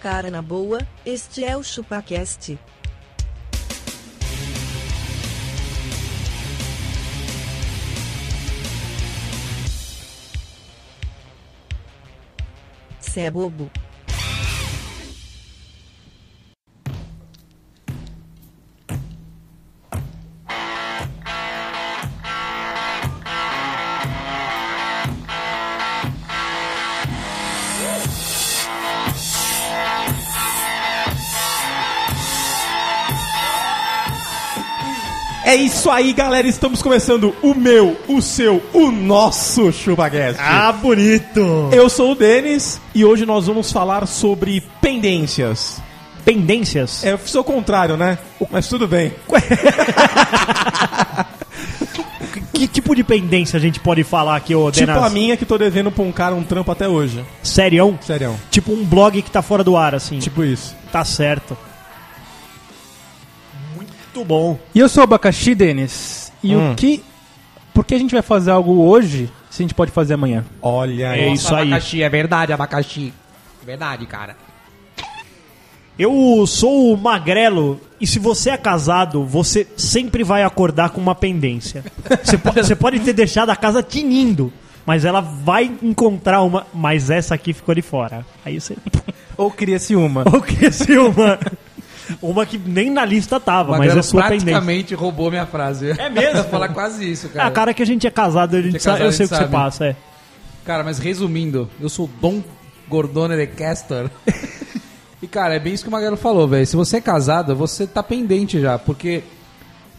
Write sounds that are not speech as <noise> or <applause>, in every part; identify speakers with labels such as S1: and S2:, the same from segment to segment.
S1: Cara na boa, este é o ChupaCast. Cê é bobo.
S2: É isso aí, galera. Estamos começando o meu, o seu, o nosso ChupaCast.
S3: Ah, bonito!
S2: Eu sou o Denis e hoje nós vamos falar sobre pendências.
S3: Pendências?
S2: É, eu sou o contrário, né? Mas tudo bem. <laughs> É
S4: É.
S3: Que tipo de pendência a gente pode falar aqui, ô
S2: Tipo
S3: Denas?
S2: a minha que tô devendo pra um cara um trampo até hoje.
S3: Sério?
S2: Sério.
S3: Tipo um blog que tá fora do ar, assim.
S2: Tipo isso.
S3: tá certo. Muito bom.
S5: E eu sou o Abacaxi, Denis. E
S2: Hum.
S5: o que. Por que a gente vai fazer algo hoje se a gente pode fazer amanhã?
S2: Olha
S3: É
S2: isso.
S3: isso aí.
S4: Abacaxi, é verdade, abacaxi. É Verdade, cara.
S3: Eu sou o magrelo e se você é casado, você sempre vai acordar com uma
S4: <laughs>
S3: pendência. Você po- você pode, ter deixado a casa tinindo, mas ela vai encontrar uma. Mas essa aqui ficou de fora. Aí você. <laughs>
S5: Ou cria-se uma.
S3: Ou crescer uma. Uma que nem na lista tava, mas é
S4: Magrelo
S3: sua pendência.
S4: praticamente roubou minha frase. É <laughs>
S3: mesmo?
S4: Fala quase isso,
S3: É,
S4: cara.
S3: a cara que a gente é casado, a gente
S4: é
S3: sabe-
S4: casado,
S3: eu sei
S4: a
S3: o que
S4: gente
S3: você
S4: sabe.
S3: passa, é.
S4: Cara, mas resumindo, eu sou Dom Gordone de Castor.
S3: <laughs>
S4: e, cara, é bem isso que o Magrelo falou, velho. Se você é casado, você tá pendente já, porque <laughs>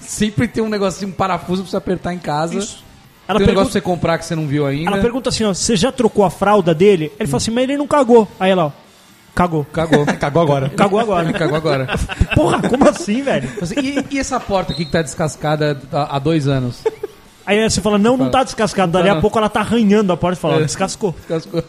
S4: sempre tem um negocinho, um parafuso pra você apertar em casa.
S3: Ela
S4: tem um negócio
S3: pergunta,
S4: pra você comprar que você não viu ainda.
S3: ela pergunta assim, ó, você já trocou a fralda dele? Ele fala assim, mas ele não cagou. Aí ela, ó, cagou.
S4: Cagou.
S2: Cagou agora.
S3: <laughs> Cagou <laughs> agora.
S4: Cagou agora.
S3: Porra, como assim, velho?
S4: Assim, E, e essa porta aqui que tá descascada há há dois
S3: <laughs>
S4: anos?
S3: Aí você fala, não, não tá descascado. Dali a
S4: não.
S3: pouco ela tá arranhando a porta e fala, ó,
S4: É.
S3: descascou.
S4: Descascou.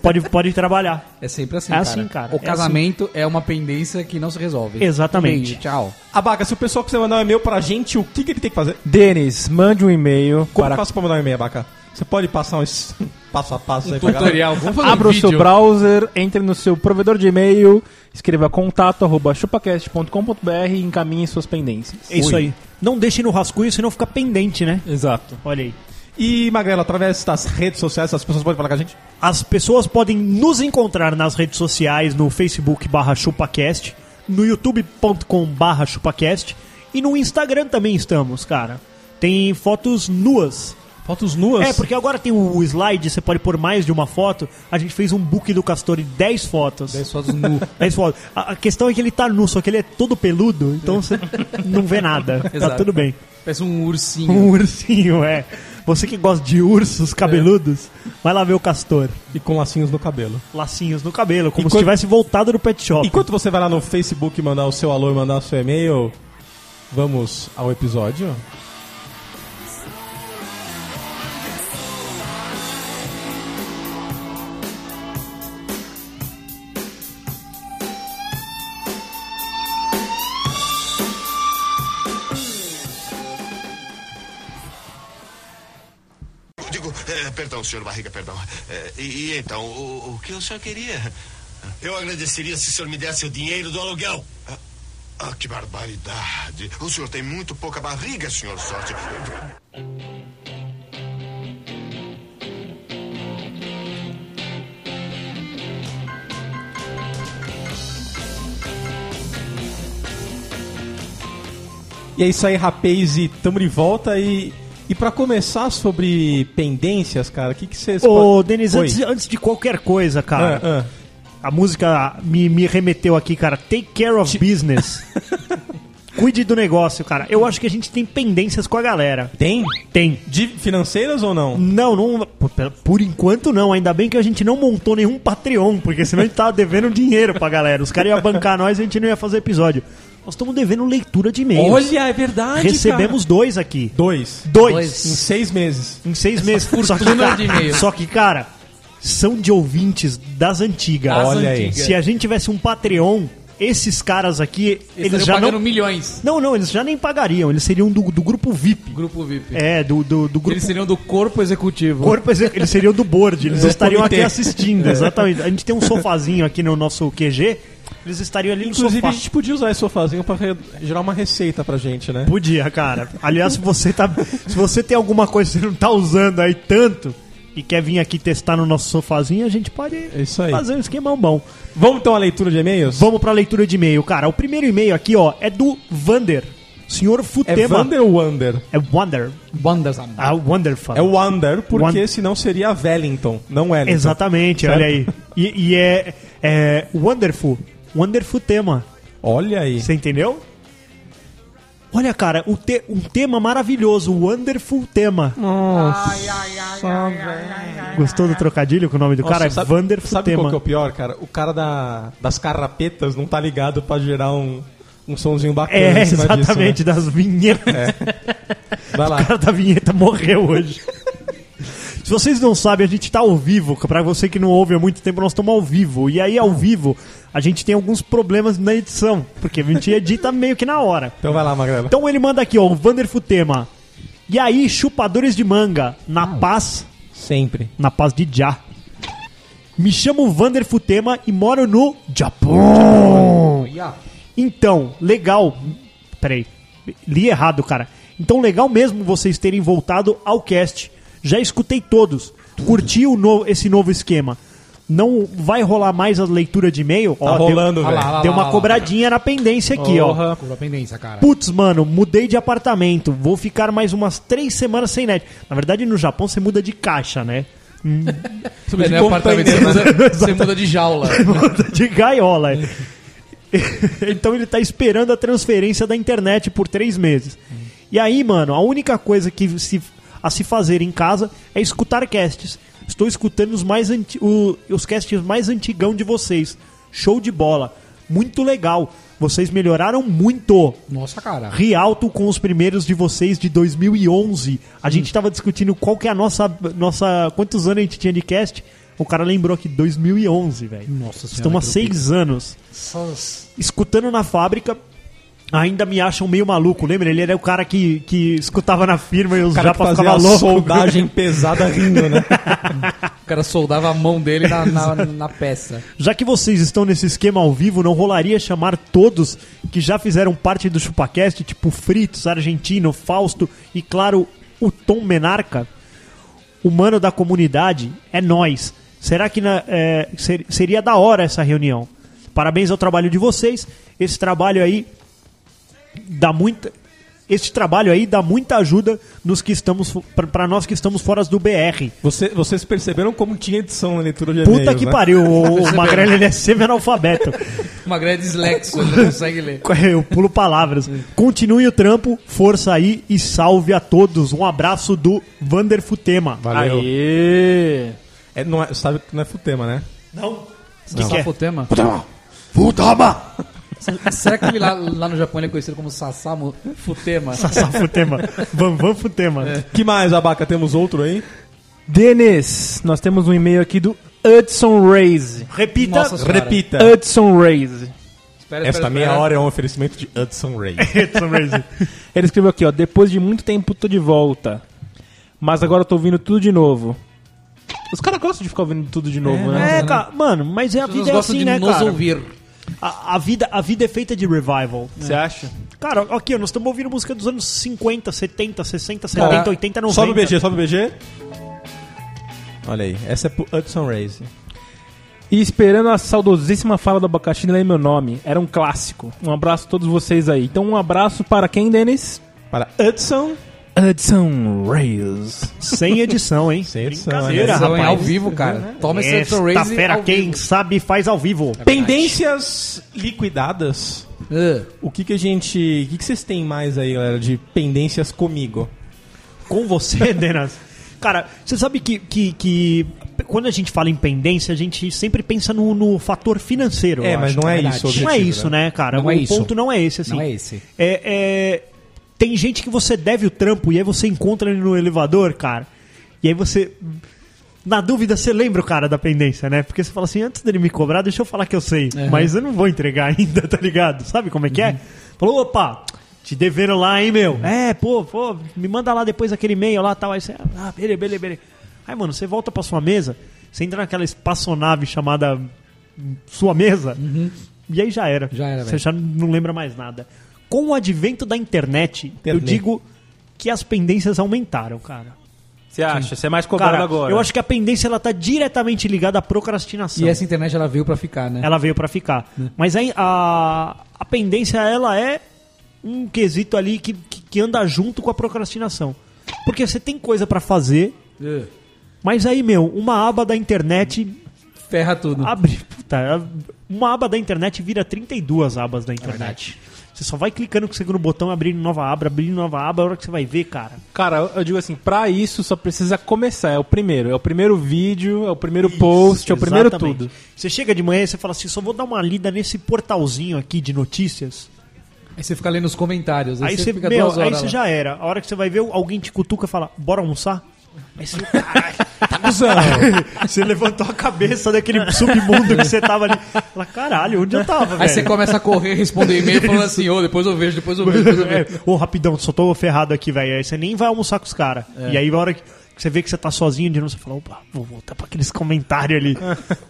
S3: Pode, pode trabalhar.
S4: É sempre assim,
S3: É
S4: cara.
S3: assim, cara.
S4: O
S3: É
S4: casamento é uma pendência que não se resolve.
S3: Exatamente.
S4: Beijo, tchau.
S2: Abaca, se o pessoal quiser mandar um e-mail pra gente, o que, que ele tem que fazer?
S5: Denis, mande um e-mail
S2: Como eu
S5: para
S2: faço pra mandar um e-mail, Abaca? Você pode passar uns <laughs> passo a passo aí pra galera?
S4: Tutorial. Vamos fazer
S5: Abra
S4: um
S5: o seu
S4: vídeo.
S5: browser, entre no seu provedor de e-mail, escreva contato arroba chupacast.com.br e encaminhe suas pendências.
S3: É isso aí. Não deixe no rascunho, senão fica pendente, né?
S5: Exato.
S3: Olha aí.
S2: E, Magrela, através das redes sociais, as pessoas podem falar com a gente?
S3: As pessoas podem nos encontrar nas redes sociais, no Facebook barra ChupaCast, no youtube.com barra ChupaCast e no Instagram também estamos, cara. Tem fotos nuas.
S2: Fotos nuas?
S3: É, porque agora tem o slide, você pode pôr mais de uma foto. A gente fez um book do Castor de 10 fotos.
S4: É só dos nu.
S3: 10 fotos. A, a questão é que ele tá nu, só que ele é todo peludo, então você não vê nada. Tá
S4: Exato.
S3: tudo bem.
S4: Parece um ursinho.
S3: Um ursinho, é. Você que gosta de ursos cabeludos, vai lá ver o Castor.
S2: E com lacinhos no cabelo.
S3: lacinhos no cabelo, como se
S2: Enquanto-
S3: tivesse voltado do pet shop.
S2: Enquanto você vai lá no Facebook mandar o seu alô e mandar o seu e-mail, vamos ao episódio.
S6: Digo, eh, perdão, senhor Barriga, perdão. Eh, e, e então, o, o que o senhor queria? Eu agradeceria se o senhor me desse o dinheiro do aluguel. Ah, ah, que barbaridade. O senhor tem muito pouca barriga, senhor Sorte.
S2: E é isso aí, rapaz, e tamo de volta. E, e para começar sobre pendências, cara, o que, que vocês.
S3: Ô,
S2: podem-
S3: Denis,
S2: Tipo, Oi.
S3: antes, antes de qualquer coisa, cara,
S2: Ah, ah.
S3: a música me, me remeteu aqui, cara. Take care
S2: <laughs>
S3: of business. Cuide do negócio, cara. Eu acho que a gente tem pendências com a galera.
S2: Tem?
S3: Tem.
S2: De financeiras ou não?
S3: Não, não. Por, por enquanto não. Ainda bem que a gente não montou nenhum Patreon, porque senão a gente tava devendo dinheiro pra galera. Os caras iam bancar nós e a gente não ia fazer episódio. Nós estamos devendo leitura de e-mails.
S2: é verdade.
S3: Recebemos dois aqui.
S2: Dois.
S3: dois.
S2: Em seis meses.
S3: Em seis meses. Só que,
S4: fortuna
S3: cara,
S4: um de e-mail.
S3: só que, cara, são de ouvintes das antigas.
S4: Das
S2: Olha aí.
S4: antigas.
S3: Se a gente tivesse um Patreon, esses caras aqui, eles,
S4: estariam
S3: já
S4: pagando
S3: não...
S4: milhões.
S3: Não, não, eles já nem pagariam, eles seriam do, do grupo VIP.
S4: Grupo VIP.
S3: É, do, do, do grupo
S4: Eles seriam do corpo
S3: <laughs>
S4: executivo.
S3: corpo, exe- eles seriam do board, eles estariam
S2: comitê.
S3: aqui assistindo,
S4: É.
S3: exatamente. A gente tem um sofazinho aqui no nosso QG, eles estariam ali
S2: Inclusive,
S3: no
S2: a
S3: sofá.
S2: gente podia usar esse sofazinho pra re- gerar uma receita pra gente, né?
S3: Podia, cara. Aliás, se você tá. Se você tem alguma coisa que você não tá usando aí tanto e quer vir aqui testar no nosso sofazinho, a gente pode
S2: É Isso aí.
S3: fazer um esquemão bom.
S2: Vamos então à leitura de e-mails?
S3: Vamos pra leitura de e-mail, cara. O primeiro e-mail aqui, ó, é do Vander. Senhor
S2: É
S3: Futema.
S2: Wander ou Wander?
S3: É Wander.
S4: Bandersam.
S3: Ah, Wonderful.
S2: É Wander, porque
S3: Wan-
S2: senão seria Wellington, não Wellington.
S3: Exatamente,
S2: Certo?
S3: olha aí. E, e é, é. Wonderful. Wonderful tema.
S2: Olha aí.
S3: Você entendeu? Olha, cara, o te- um tema maravilhoso, o Wonderful Tema. Gostou do trocadilho com o nome do
S2: Nossa,
S3: cara? É
S2: sabe,
S3: Wonderful
S2: sabe
S3: Tema.
S2: qual que é o pior, cara? O cara da- das carrapetas não tá ligado pra gerar um, um sonzinho bacana.
S3: É,
S2: em cima disso, né? É. <laughs>
S3: exatamente, das vinhetas.
S2: Vai lá.
S3: O cara da vinheta morreu hoje. Se vocês não sabem, a gente tá ao vivo. Pra você que não ouve há muito tempo, nós estamos ao vivo. E aí, ao vivo, a gente tem alguns problemas na edição. Porque a gente edita meio que na hora.
S2: Então vai lá, Magrela.
S3: Então ele manda aqui, ó, o Vander Futema. E aí, chupadores de manga, na paz,
S2: Sempre.
S3: na paz de já. Me chamo Vander Futema e moro no Japão. Então, legal. Peraí, li errado, cara. Então, legal mesmo vocês terem voltado ao cast. Já escutei todos. Curti o no- esse novo esquema. Não vai rolar mais a leitura de e-mail? Tá
S2: rolando,
S4: velho.
S3: Tem, uma cobradinha na pendência aqui, ó.
S4: Curva pendência, cara.
S3: Putz, mano, mudei de apartamento. Vou ficar mais umas três semanas sem net. Na verdade, no Japão você muda de caixa, né? <laughs>
S4: É,
S3: um
S4: não é apartamento, você muda, você muda de jaula.
S3: Muda de gaiola. <laughs> então ele tá esperando a transferência da internet por três meses. E aí, mano, a única coisa que se, a se fazer em casa é escutar casts. Estou escutando os mais anti, o- os casts mais antigão de vocês. Show de bola. Muito legal. Vocês melhoraram muito.
S4: Nossa, cara.
S3: Rialto com os primeiros de vocês de 2011. A gente tava discutindo qual que é a nossa nossa quantos anos a gente tinha de cast. O cara lembrou aqui 2011, velho.
S4: Nossa Senhora,
S3: Estamos há
S4: que
S3: seis anos escutando na fábrica. Ainda me acham meio maluco, lembra? Ele era o cara que, que escutava na firma e os
S2: O cara
S3: japa
S2: que fazia
S3: ficava
S2: a
S3: louco.
S2: soldagem pesada rindo, né?
S4: O cara soldava a mão dele na, na, na peça.
S3: Já que vocês estão nesse esquema ao vivo, não rolaria chamar todos que já fizeram parte do ChupaCast, tipo Fritos, Argentino, Fausto e, claro, o Tom Menarca? O mano da comunidade é nós. Será que na- é, ser- seria da hora essa reunião? Parabéns ao trabalho de vocês. Esse trabalho aí dá muita este trabalho aí dá muita ajuda nos que estamos para nós que estamos fora do BR.
S2: <laughs> Você- vocês perceberam como tinha edição na leitura de e-mails,
S3: Puta que
S2: né?
S3: pariu, o, o Magrelo ele é semi-analfabeto.
S4: Uma grande dislexo, ele não consegue ler.
S3: <laughs> Eu pulo palavras. Continue o trampo, força aí e salve a todos. Um abraço do Vander Futema. <laughs>
S2: Valeu.
S5: Aê!
S2: É, não é- sabe que não é futema, né?
S3: Não.
S4: Que
S3: que é?
S4: Safotema?
S6: Futaba!
S4: Será que ele lá, lá no Japão ele é conhecido como Sassamo Futema?
S3: Sassá Futema. Van Van Futema.
S4: É.
S2: Que mais, Abaca? Temos outro aí?
S5: Denis, nós temos um e-mail aqui do Hudson Raise.
S3: Repita.
S4: Nossa senhora.
S2: Repita.
S5: Hudson Raise.
S4: Espera, espera,
S2: Esta
S4: espera.
S2: meia hora é um oferecimento de Hudson Ray.
S3: Edson Raise.
S5: <laughs> Ele escreveu aqui, ó. Depois de muito tempo, tô de volta. Mas agora eu tô ouvindo tudo de novo. Os caras gostam de ficar ouvindo tudo de novo, né?
S3: é, cara, mano, mas é, a
S4: As pessoas
S3: vida é
S4: gostam
S3: assim,
S4: de
S3: né,
S4: nos
S3: cara?
S4: ouvir.
S3: A, a vida, a vida é feita de revival.
S5: Você acha?
S3: Cara, aqui, ó, nós estamos ouvindo música dos anos 50, 70, 60, 70,
S2: Cara,
S3: 80, 90.
S2: Sobe o BG, sobe o BG. Olha aí, essa é pro Hudson Race.
S5: E esperando a saudosíssima fala do abacaxi, não é meu nome. Era um clássico. Um abraço a todos vocês aí. Então um abraço para quem, Denis?
S2: Para Hudson.
S5: Hudson Reyes.
S3: Sem edição, hein?
S2: Sem edição, né?
S3: Brincadeira,
S2: olha
S4: São
S3: rapaz.
S4: ao vivo, cara. Toma esse Edson
S3: Esta
S4: Raise
S3: fera,
S4: ao
S3: quem
S4: vivo.
S3: sabe, faz ao vivo.
S2: Pendências liquidadas.
S4: Ah,
S2: O que que a gente... O que que vocês têm mais aí, galera, de pendências comigo?
S3: Com você, <laughs> Denas. Cara, você sabe que, que, que quando a gente fala em pendência, a gente sempre pensa no, no fator financeiro.
S2: É,
S3: eu
S2: mas
S3: acho.
S2: não é
S4: verdade.
S2: isso o
S4: Não
S2: objetivo,
S3: Não é isso, né, cara?
S4: Não
S3: o
S4: é isso.
S3: ponto não é esse, assim.
S4: Não é esse.
S3: É, é, Tem gente que você deve o trampo e aí você encontra ele no elevador, cara. E aí você. Na dúvida, você lembra o cara da pendência, né? Porque você fala assim, antes dele me cobrar, deixa eu falar que eu sei. Mas eu não vou entregar <laughs> ainda, tá ligado? Sabe como é que é? Falou, opa, te devendo lá, hein, meu? É, pô, pô, me manda lá depois aquele e-mail lá tal. Aí você, ah, beleza, beleza, beleza. Aí, mano, você volta pra sua mesa, você entra naquela espaçonave chamada sua mesa, e aí já era.
S4: Uhum. Já era,
S3: Você
S4: velho.
S3: já não lembra mais nada. Com o advento da internet, eu
S2: Internet.
S3: digo que as pendências aumentaram, cara.
S5: Você acha? Você é mais cobrado
S3: Cara,
S5: agora.
S3: eu acho que a pendência ela tá diretamente ligada à procrastinação.
S4: E essa internet Né. ela veio pra ficar, né?
S3: Ela veio pra ficar. Mas aí a, a pendência ela é um quesito ali que, que, que anda junto com a procrastinação. Porque você tem coisa pra fazer,
S4: Eh,
S3: mas aí, meu, uma aba da internet
S4: Ferra tudo.
S3: abre. Puta, uma aba da internet vira 32 abas da internet. você só vai clicando com o segundo botão, abrindo nova aba, abrindo nova aba, a hora que você vai ver, cara.
S5: Cara, eu- eu digo assim, pra isso só precisa começar. É o primeiro. É o primeiro vídeo, é o primeiro post, é o primeiro
S3: Exatamente. <laughs>
S5: tudo.
S3: Você chega de manhã e você fala assim, só vou dar uma lida nesse portalzinho aqui de notícias.
S4: Aí você fica lendo os comentários.
S3: Aí você,
S4: fica
S3: meu,
S4: duas
S3: aí
S4: horas
S3: você
S4: lá.
S3: já era. A hora que você vai ver, alguém te cutuca e fala, bora almoçar? <laughs> Aí você, "Caralho, tá cuzão."
S5: <laughs>
S3: Você levantou a cabeça daquele submundo que você tava ali. Fala, caralho, onde eu tava,
S4: Aí
S3: velho?
S4: você começa a correr,
S3: <laughs>
S4: responder e-mail, falando assim, ô, depois eu vejo, depois eu vejo, depois eu
S3: É,
S4: vejo.
S3: Ô, rapidão, só tô ferrado aqui, velho. Aí você nem vai almoçar com os caras. E aí, na hora que você vê que você tá sozinho de novo, você fala, opa, vou voltar pra aqueles comentários ali.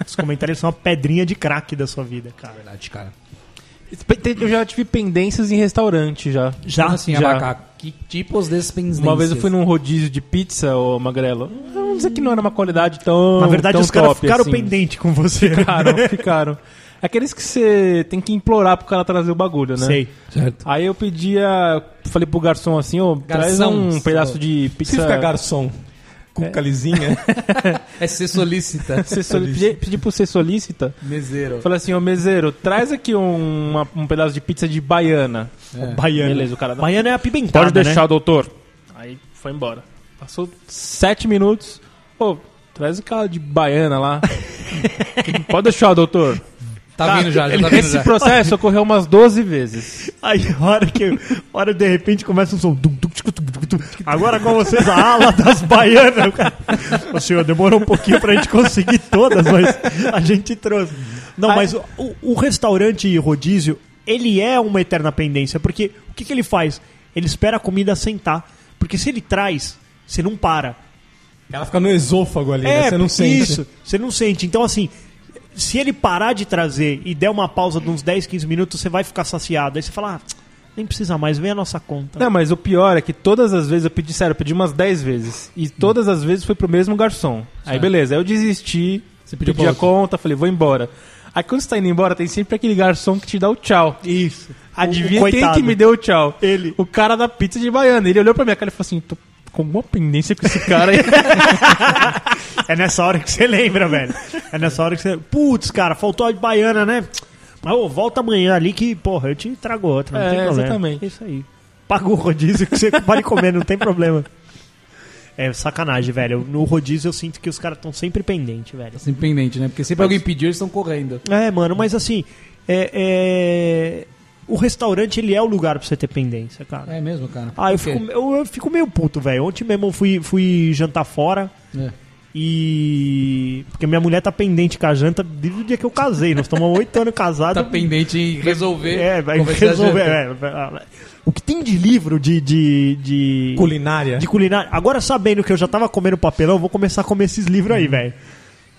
S3: Os comentários são uma pedrinha de craque da sua vida, cara.
S4: Verdade, cara.
S5: Eu já tive pendências em restaurante já.
S3: É. Já,
S4: Como assim,
S5: já.
S4: abacaco? Que tipos desses pendências?
S5: Uma vez eu fui num rodízio de pizza, ô Magrelo. Vamos dizer que não era uma qualidade tão.
S3: na verdade,
S5: tão
S3: os caras
S5: top
S3: ficaram
S5: assim.
S3: pendente com você. né?
S5: Ficaram, ficaram. Aqueles que você tem que implorar pro cara trazer o bagulho, né?
S3: <laughs> Sei.
S4: Certo.
S5: Aí eu pedia, falei pro garçom assim, ô, traz
S4: Garçom,
S5: um
S4: seu-
S5: pedaço de pizza.
S3: é
S2: Você fica é garçom com calizinha.
S3: <laughs>
S4: É ser solicita.
S5: Você soli- pedi, pedi pro ser solícita.
S4: Meseiro.
S5: Falei assim, ô meseiro, traz aqui um, uma- um pedaço de pizza de baiana.
S3: Baiano.
S5: né? Beleza, o cara não.
S3: Baiano é apimentado,
S5: Pode deixar,
S3: né?
S5: doutor. Aí foi embora. Passou sete minutos. Pô, traz aquela de baiana lá. <laughs> Pode deixar, doutor.
S4: Tá vindo já, já tá vindo
S5: Esse
S4: já.
S5: processo ocorreu umas 12 vezes.
S3: Aí, a hora que a hora de repente começa um som. Dum, dum, tchicu, tum, tum, tum. Agora com vocês a ala das baianas. O cara, Ô, senhor, demorou um pouquinho pra gente conseguir todas, mas a gente trouxe. Não, mas o, o- o restaurante rodízio, ele é uma eterna pendência, porque o que, que ele faz? Ele espera a comida sentar. Porque se ele traz, você não para.
S2: Ela fica no esôfago ali, né? Você não sente.
S3: É, Isso, você não sente. Então, assim, se ele parar de trazer e der uma pausa de uns 10, 15 minutos, você vai ficar saciado. Aí você fala, ah, tsk, nem precisa mais, vem a nossa conta.
S5: Não, mas o pior é que todas as vezes eu pedi, sério, eu pedi umas 10 vezes. E todas as vezes foi pro mesmo garçom. Aí beleza, aí eu desisti,
S4: Você pediu
S5: pedi a
S4: pra outro.
S5: conta, falei, vou embora. Aí quando você tá indo embora, tem sempre aquele garçom que te dá o tchau.
S3: Isso.
S5: Adivinha
S3: O- o
S5: quem
S3: coitado.
S5: que me deu o tchau?
S3: Ele.
S5: O cara da pizza de baiana. Ele olhou pra minha cara e falou assim, tô com uma pendência com esse cara aí.
S3: É nessa hora que você lembra, velho. É nessa hora que você. Putz, cara, faltou a de baiana, né? Mas ô, volta amanhã ali que, porra, eu te trago outra, não
S5: É,
S3: tem problema.
S5: exatamente.
S3: Isso aí. Paga o rodízio que você <laughs> pode comer, não tem problema. É sacanagem, velho. No rodízio eu sinto que os caras estão sempre pendente, velho.
S4: Assim, pendente, né? Porque sempre alguém pediu, eles estão correndo.
S3: É, mano, mas assim, é, é, o restaurante ele é o lugar pra você ter pendência, cara.
S4: É mesmo, cara?
S3: Ah, eu
S4: Por quê?
S3: fico, eu, eu fico meio puto, velho. Ontem mesmo eu fui, fui jantar fora
S4: É.
S3: e. Porque minha mulher tá pendente com a janta desde o dia que eu casei. Nós estamos há oito anos
S4: Tá
S3: casados.
S4: pendente em resolver.
S3: É, vai
S4: conversar
S3: resolver.
S4: adiante.
S3: é, vai- o que tem de livro de. de, de...
S2: Culinária.
S3: De culinária. Agora, sabendo que eu já tava comendo papelão, eu vou começar a comer esses livros aí, velho.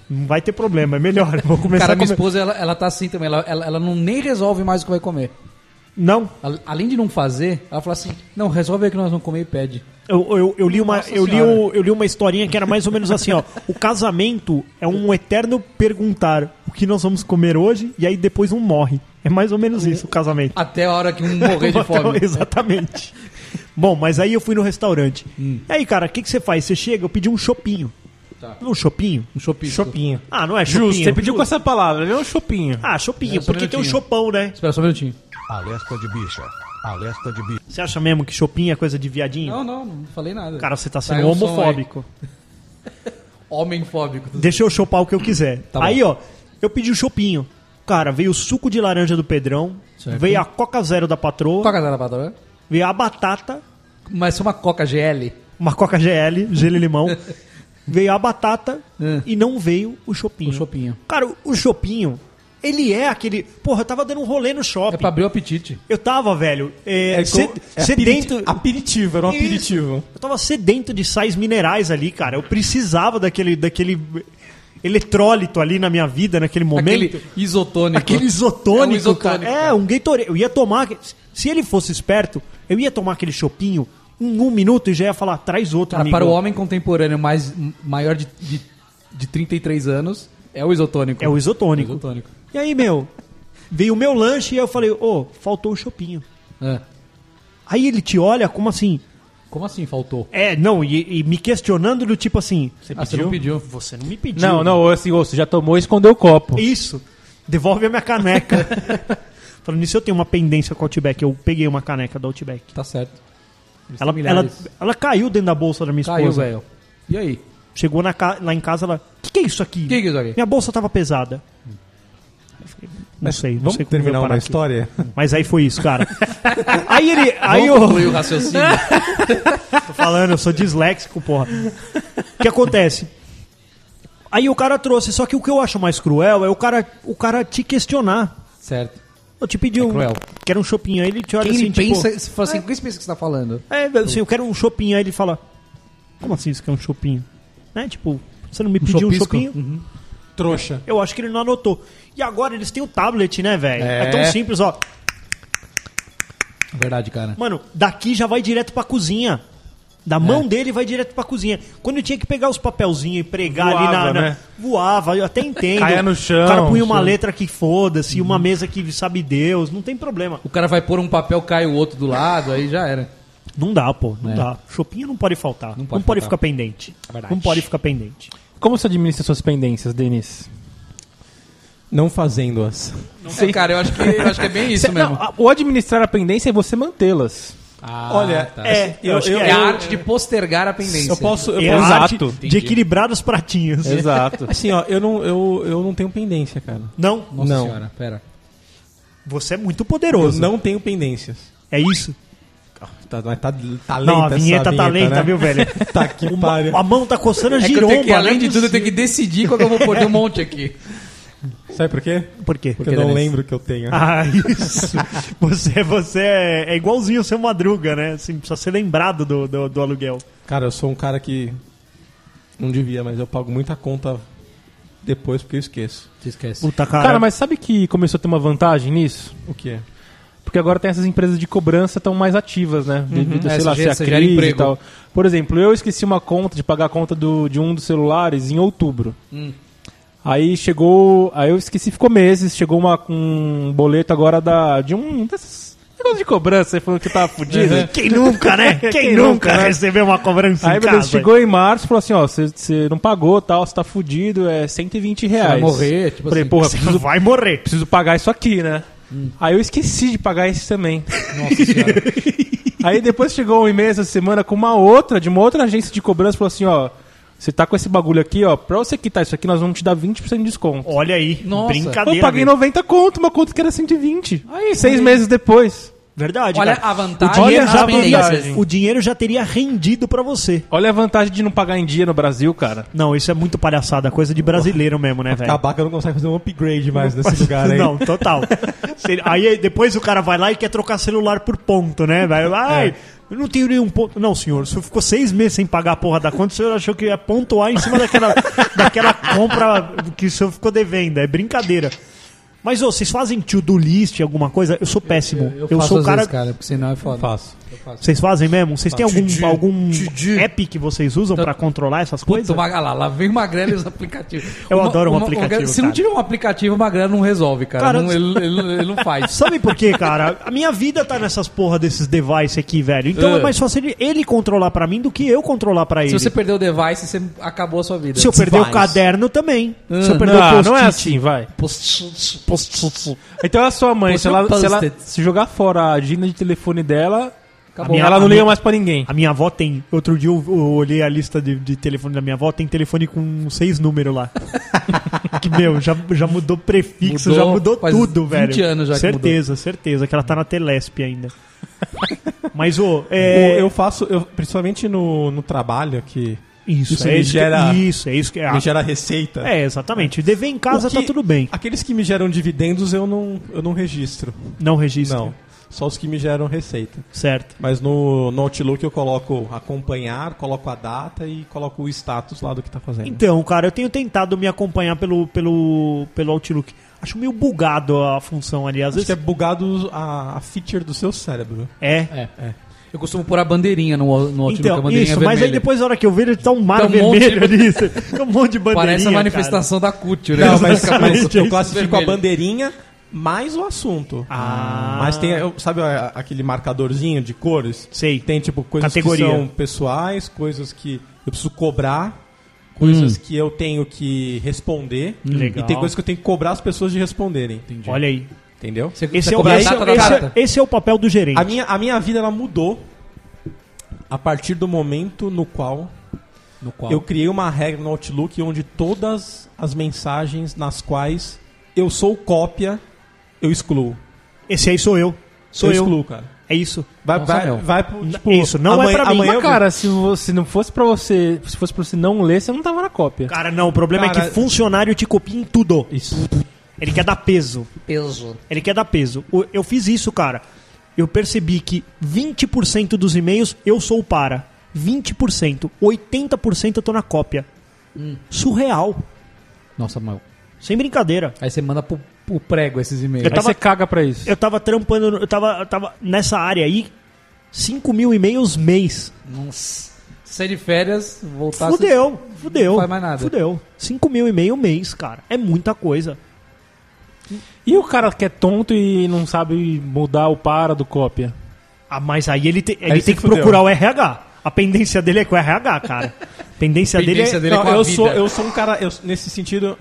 S3: Não vai ter problema, é melhor. Eu Vou começar
S4: Hum. Cara,
S3: a
S4: minha
S3: comer.
S4: esposa, ela, ela tá assim também. Ela, ela, ela não nem resolve mais o que vai comer.
S3: Não,
S4: Al- Além de não fazer, ela fala assim: não, resolve aí que nós vamos comer e pede.
S3: Eu, eu, eu, li uma,
S4: Nossa
S3: eu, li
S4: Senhora.
S3: o- eu li uma historinha que era mais ou menos assim, ó. O casamento é um eterno perguntar o que nós vamos comer hoje, e aí depois um morre. É mais ou menos isso o casamento.
S4: <laughs>
S3: Então,
S4: Até a hora que
S3: <laughs>
S4: um morrer de fome.
S3: Exatamente. Bom, mas aí eu fui no restaurante. E aí, cara, o que, que você faz? Você chega, eu pedi um chopinho.
S4: Hum. Tá.
S3: Um chopinho?
S4: Um chopisco.
S5: Chopinho.
S3: Ah, não é chopinho.
S5: Justo, você pediu com essa palavra, viu? Um chopinho.
S3: Ah, chopinho,
S4: É, só um
S3: porque tem um
S4: minutinho.
S3: chopão, né?
S4: Espera só um minutinho.
S6: Alerta de bicha. Alerta de bicha.
S3: Você acha mesmo que chopinho é coisa de viadinho?
S4: Não, não, não falei nada.
S3: Cara, você tá
S4: Saiu
S3: sendo
S4: um som aí.
S3: homofóbico.
S4: <laughs> Homem fóbico.
S3: Deixa eu chopar o que eu quiser.
S4: Tá bom.
S3: aí, ó, eu pedi o chopinho. Cara, veio o suco de laranja do Pedrão,
S4: Certo.
S3: veio a Coca Zero da patroa,
S4: Coca da patroa.
S3: veio a batata,
S4: Mas é uma Coca GL. <laughs>
S3: uma Coca GL, gelo e limão, veio a batata
S4: É.
S3: e não veio o chopinho.
S4: O chopinho.
S3: Cara, o- o chopinho, ele é aquele. Porra, eu tava dando um rolê no shopping.
S4: É pra abrir o apetite.
S3: Eu tava, velho, é,
S2: como-
S3: sed-
S2: é
S3: sedento.
S2: aperiti- Aperitivo, era um
S3: Isso.
S2: aperitivo.
S3: Eu tava sedento de sais minerais ali, cara. Eu precisava daquele, daquele eletrólito ali na minha vida, naquele momento.
S4: Aquele isotônico.
S3: Aquele isotônico,
S4: É um isotônico,
S3: cara. É,
S4: cara.
S3: um Gatorade. Eu ia tomar... Se ele fosse esperto, eu ia tomar aquele chopinho em um minuto e já ia falar, traz outro,
S4: Cara,
S3: amigo.
S4: para o homem contemporâneo mais, maior de, de, de 33 anos, é o isotônico.
S3: É o isotônico.
S4: É o isotônico.
S3: E aí, meu, veio o meu lanche e eu falei, ô, faltou o chopinho.
S4: É.
S3: Aí ele te olha como assim...
S4: Como assim faltou?
S3: É, não, e, e me questionando do tipo assim... Você
S4: Ah, você não pediu?
S3: Você não me pediu.
S5: Não, não, assim, ô, você já tomou e escondeu o copo.
S3: Isso. Devolve a minha caneca. <laughs> Falando nisso, eu tenho uma pendência com o Outback. Eu peguei uma caneca do Outback.
S4: Tá certo. Eles
S3: Ela,
S4: têm
S3: ela,
S4: milhares.
S3: ela caiu dentro da bolsa da minha esposa.
S4: Caiu, velho. E aí?
S3: Chegou na ca- lá em casa, ela... O que, que é isso aqui?
S4: O que que é isso aqui?
S3: Minha bolsa tava pesada. Eu falei, Não sei, não
S2: Vamos
S3: sei como veio
S2: terminar
S3: parar
S2: uma
S3: aqui.
S2: história?
S3: Mas aí foi isso,
S2: <laughs>
S3: cara. aí ele... Aí
S4: Vamos
S3: eu...
S4: concluir o
S3: <laughs>
S4: raciocínio.
S3: Tô falando, eu sou disléxico, porra. O que acontece? Aí o cara trouxe, só que o que eu acho mais cruel é o cara, o cara te questionar.
S4: certo.
S3: Eu te pedi um.
S4: É cruel.
S3: Quero um chopinho. Aí ele te olha
S4: Quem
S3: assim,
S4: pensa,
S3: tipo.
S4: se fala assim, quem pensa que você tá falando?
S3: É, assim, eu quero um chopinho. Aí ele fala. Como assim isso que é um chopinho? Né? Tipo, você não me pediu um
S4: chopisco?
S3: chopinho?
S2: Trouxa.
S3: Eu acho que ele não anotou. E agora eles têm o tablet, né, velho? É.
S4: É.
S3: tão simples, ó.
S4: Verdade, cara.
S3: Mano, daqui já vai direto pra cozinha. Da mão dele vai direto pra cozinha. Quando eu tinha que pegar os papelzinhos e pregar ali na,
S5: Voava,
S3: na-
S5: né?
S3: Voava, eu até entendo.
S5: Caia no
S3: O cara
S5: chão,
S3: punha uma
S5: chão.
S3: letra que foda-se, uma mesa que sabe Deus, não tem problema.
S4: O cara vai pôr um papel, cai o outro do lado, aí já era.
S3: Não dá, pô, não
S4: É.
S3: dá. Chopinha não pode faltar. Não
S4: Não
S3: pode,
S4: pode faltar.
S3: ficar pendente.
S4: Verdade.
S3: Não pode ficar pendente.
S5: Como você administra suas pendências, Denis?
S2: Não fazendo-as.
S4: É, cara, eu acho que, eu acho que é bem isso
S5: Cê-
S4: mesmo.
S5: não, a- o administrar a pendência é você mantê-las.
S4: Ah,
S2: Olha,
S4: tá.
S2: é, eu,
S3: acho que
S2: eu,
S4: é a
S2: eu,
S4: arte de postergar a pendência.
S2: eu posso. Eu
S3: É a
S2: posso
S3: arte
S5: Exato.
S3: de equilibrar os pratinhos.
S5: <laughs> Exato.
S2: assim, ó, eu não, eu, eu não tenho pendência, cara.
S3: Não,
S4: Nossa
S2: Não.
S4: senhora, pera.
S3: você é muito
S2: Eu
S3: poderoso.
S2: não tenho pendências.
S3: É isso.
S2: Tá, mas tá, tá lenta
S3: não, a
S2: essa
S3: vinheta, tá lenta,
S2: né?
S3: viu, velho?
S2: Tá que
S3: Uma,
S2: pariu.
S3: a mão tá coçando a
S4: É que eu
S3: giromba.
S4: tenho que, além
S3: né?
S4: de tudo, eu tenho que decidir qual que eu vou pôr. Tem um
S3: <laughs>
S4: monte aqui.
S2: Sabe por quê?
S3: Por quê?
S2: Porque eu não
S4: Denise?
S2: lembro que eu tenho.
S3: <laughs> Ah, isso. Você, você é, é igualzinho o seu Madruga, né? Assim, precisa ser lembrado do, do, do aluguel.
S2: Cara, eu sou um cara que não devia, mas eu pago muita conta depois porque eu esqueço.
S4: Te esquece.
S3: Puta, cara.
S5: Cara, mas sabe que começou a ter uma vantagem nisso?
S2: O que é?
S5: Porque agora tem essas empresas de cobrança tão mais ativas, né?
S2: Uhum.
S5: Devido,
S4: É,
S5: sei
S4: isso
S5: lá,
S4: gera-
S5: se a
S4: isso gera
S5: crise e
S4: emprego.
S5: tal. Por exemplo, eu esqueci uma conta de pagar a conta do- de um dos celulares em outubro.
S2: Hum.
S5: Aí chegou. Aí eu esqueci, ficou meses, chegou uma, um boleto agora da, de um desses negócio de cobrança, aí falando que tava fudido.
S2: Uhum.
S3: Quem nunca, né? Quem,
S5: Uhum. Quem
S3: nunca,
S5: nunca, né?
S3: recebeu uma cobrança
S5: Aí
S3: em
S5: beleza,
S3: casa?
S5: chegou em março e falou assim, ó, você- você não pagou tal, você tá fudido, é 120 reais.
S4: vai morrer, tipo
S5: Falei,
S4: assim.
S5: porra,
S3: Você
S5: preciso,
S3: vai morrer.
S5: preciso pagar isso aqui, né?
S2: Hum.
S5: Aí eu esqueci de pagar esse também.
S4: Nossa senhora.
S5: <laughs> Aí depois chegou um e-mail essa semana com uma outra, de uma outra agência de cobrança, falou assim, ó, você tá com esse bagulho aqui, ó, pra você quitar isso aqui, nós vamos te dar 20% de desconto.
S3: Olha aí,
S4: Nossa.
S3: brincadeira.
S5: Eu paguei
S3: mesmo.
S5: 90 conto, uma conta que era 120. Aí, seis meses depois.
S3: Verdade,
S4: Olha
S3: cara.
S4: a vantagem.
S3: O dinheiro,
S5: Olha
S3: já
S5: a
S3: teria,
S5: vantagem.
S3: o dinheiro já teria rendido pra você.
S5: Olha a vantagem de não pagar em dia no Brasil, cara.
S3: Não, isso é muito palhaçada, coisa de brasileiro mesmo, né, velho?
S2: Acabar que eu não consigo fazer um upgrade mais nesse lugar aí.
S3: Não, total. Se- Aí depois o cara vai lá e quer trocar celular por ponto, né? Vai, vai.
S2: É.
S3: Eu não tenho nenhum ponto. Não, senhor, o senhor ficou seis meses sem pagar a porra da conta, o senhor achou que ia pontuar em
S2: <laughs>
S3: cima daquela, daquela compra que o senhor ficou devendo. É brincadeira. Mas, ô, vocês fazem to-do list, alguma coisa? Eu sou péssimo. Eu, sou o
S4: às
S3: cara.
S4: vezes, cara, porque senão é foda.
S2: Faço.
S3: Vocês fazem mesmo? Vocês têm algum,
S4: Didi,
S3: algum
S4: Didi. Então,
S3: app que vocês usam pra controlar essas coisas?
S4: Puta, o Magalá, lá vem o Magrelo e os aplicativos.
S3: Eu adoro um aplicativo,
S4: Magrelo- Se não
S3: cara.
S4: tiver um aplicativo, o Magrelo não resolve, cara.
S3: Cara,
S4: Não, ele, ele- ele não
S3: <laughs>
S4: faz.
S3: Sabe por quê, cara? A minha vida tá nessas porra desses device aqui, velho. Então
S4: É.
S3: é mais fácil ele- ele controlar pra mim do que eu controlar pra ele.
S4: Se você perder o device, você acabou a sua vida.
S3: Se eu perder o
S4: Device.
S3: caderno também.
S4: Ah,
S3: Se eu perder o
S5: Não,
S3: post-it.
S5: não é assim, vai.
S4: Post-
S3: Post-it.
S5: Então a sua mãe,
S4: Post
S5: se ela,
S4: um
S5: se ela-
S4: post-it.
S5: se jogar fora a agenda de telefone dela,
S4: Acabou.
S5: ela
S3: a
S5: não liga
S3: minha-
S5: mais pra ninguém.
S3: A minha avó tem. Outro dia eu, eu olhei a lista de, de telefone da minha avó, tem telefone com seis números lá. <laughs> que, meu, já, já mudou prefixo,
S4: Mudou,
S3: já mudou
S4: faz
S3: tudo,
S4: 20
S3: velho.
S4: anos já que
S3: certeza, certeza, que ela tá na Telesp
S4: <laughs>
S3: ainda. Mas, é, ô,
S2: É,
S3: é,
S5: É.
S2: Eu faço, eu, principalmente no, no trabalho, que
S3: Isso,
S2: Isso
S3: é
S2: me
S3: isso, que-
S2: gera-
S3: isso, é isso que
S2: Me gera receita.
S3: É, exatamente. Dever em casa
S2: O que-
S3: tá tudo bem.
S2: Aqueles que me geram dividendos eu não, eu não registro.
S3: Não registra.
S2: Não.
S3: é.
S2: Só os que me geram receita.
S3: Certo.
S2: Mas no, no Outlook eu coloco acompanhar, coloco a data e coloco o status lá do que tá fazendo.
S3: Então, cara, eu tenho tentado me acompanhar pelo, pelo, pelo Outlook. Acho meio bugado a função ali. Às
S2: Acho que é
S3: vezes
S2: bugado a, a feature do seu cérebro.
S3: é.
S4: É. Eu costumo pôr a bandeirinha no, no Outlook, a
S3: Então,
S4: bandeirinha é
S3: isso,
S4: vermelha.
S3: mas aí depois, na hora que eu vejo, ele tá um mar
S4: Tá um
S3: vermelho
S4: monte
S3: ali. <laughs> tá um monte de bandeirinha.
S4: Parece a
S3: cara.
S4: manifestação da CUT, né?
S2: Não, mas,
S3: <laughs>
S4: Acabou.
S2: mas eu classifico a
S4: Vermelho.
S2: bandeirinha mais o assunto.
S3: Ah.
S2: Mas tem, eu- sabe a- aquele marcadorzinho de cores?
S3: Sei.
S2: Tem tipo coisas
S3: Categoria.
S2: que são pessoais, coisas que eu preciso cobrar, coisas que eu tenho que responder.
S3: Hum. Legal.
S2: E tem coisas que eu tenho que cobrar as pessoas de responderem. Entendi.
S3: Olha aí.
S2: Entendeu?
S4: Você-
S3: Esse
S4: você
S3: é, o,
S4: cobra a
S3: esse,
S4: data da
S3: esse-
S4: data.
S3: esse é o papel do gerente.
S2: A minha, a minha vida ela mudou a partir do momento no qual
S4: No qual?
S2: eu criei uma regra no Outlook onde todas as mensagens nas quais eu sou cópia, eu excluo.
S3: Esse aí sou eu. Sou eu.
S2: excluo, cara.
S3: É isso.
S2: Vai,
S4: Nossa,
S2: vai,
S4: meu.
S2: vai pro, tipo,
S3: Isso, não é
S2: amanhã-
S3: pra mim.
S2: amanhã
S3: Mas,
S2: eu-
S5: Cara, se, você, não fosse pra você. Se fosse pra você não ler, você não tava na cópia.
S3: Cara, não. O problema é
S2: Cara-
S3: que funcionário te copia em tudo.
S5: Isso.
S3: Ele quer dar peso.
S4: peso.
S3: Ele quer dar peso. O- Eu fiz isso, cara. Eu percebi que 20% dos e-mails eu sou o para. 20%. 80% eu tô na cópia.
S2: Hum.
S3: Surreal.
S4: Nossa, mal.
S3: Sem brincadeira.
S4: Aí você manda pro, pro prego esses e-mails.
S3: Eu
S5: Aí
S3: tava-
S5: você caga pra isso.
S3: Eu tava trampando, eu tava, eu tava nessa área aí, 5 mil e-mails mês.
S4: Nossa. Sai de férias, voltar...
S3: Fudeu, fudeu.
S4: Não faz mais nada.
S3: Fudeu. 5 mil e-mail mês, cara. É muita coisa.
S5: E o cara que é tonto e não sabe mudar o para do cópia?
S3: Ah, mas aí ele, te- ele
S2: Aí
S3: tem
S2: se
S3: que
S2: fudeu.
S3: procurar o RH. A pendência dele é com o RH, cara. A pendência, dele é.
S4: Pendência dele é
S2: Não,
S4: com a
S2: eu
S4: vida.
S2: sou eu sou um cara eu- nesse sentido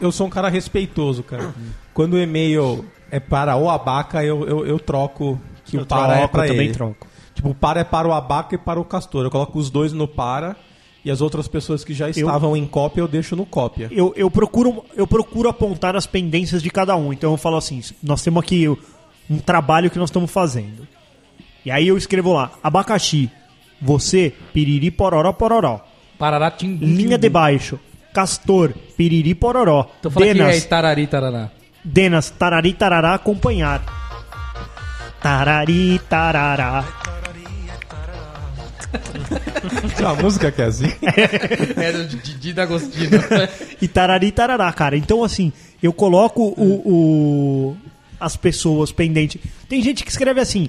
S2: eu sou um cara respeitoso cara quando o e-mail é para o abaca eu, eu, eu troco que o para é
S3: troco,
S2: para
S3: eu também
S2: ele
S3: troco.
S2: tipo o para é para o abaca e para o castor eu coloco os dois no para e as outras pessoas que já estavam em cópia eu deixo no cópia
S3: Eu, eu, procuro, eu procuro apontar as pendências de cada um. Então eu falo assim: nós temos aqui um trabalho que nós estamos fazendo. E aí eu escrevo lá: abacaxi, você, piriri, pororó, pororó.
S4: Parará, timbu,
S3: Linha de baixo, castor, piriri, pororó.
S4: Então fala que é
S3: Denas,
S4: tarari, tarará.
S3: Denas, tarari, tarará, acompanhar. Tarari, tarará.
S2: Tem uma música que é
S5: <laughs>
S2: assim
S4: É do Didi
S3: <laughs>
S4: da Agostina.
S3: E tarari tarará, cara. Então, assim, eu coloco o, o- as pessoas pendente. Tem gente que escreve assim.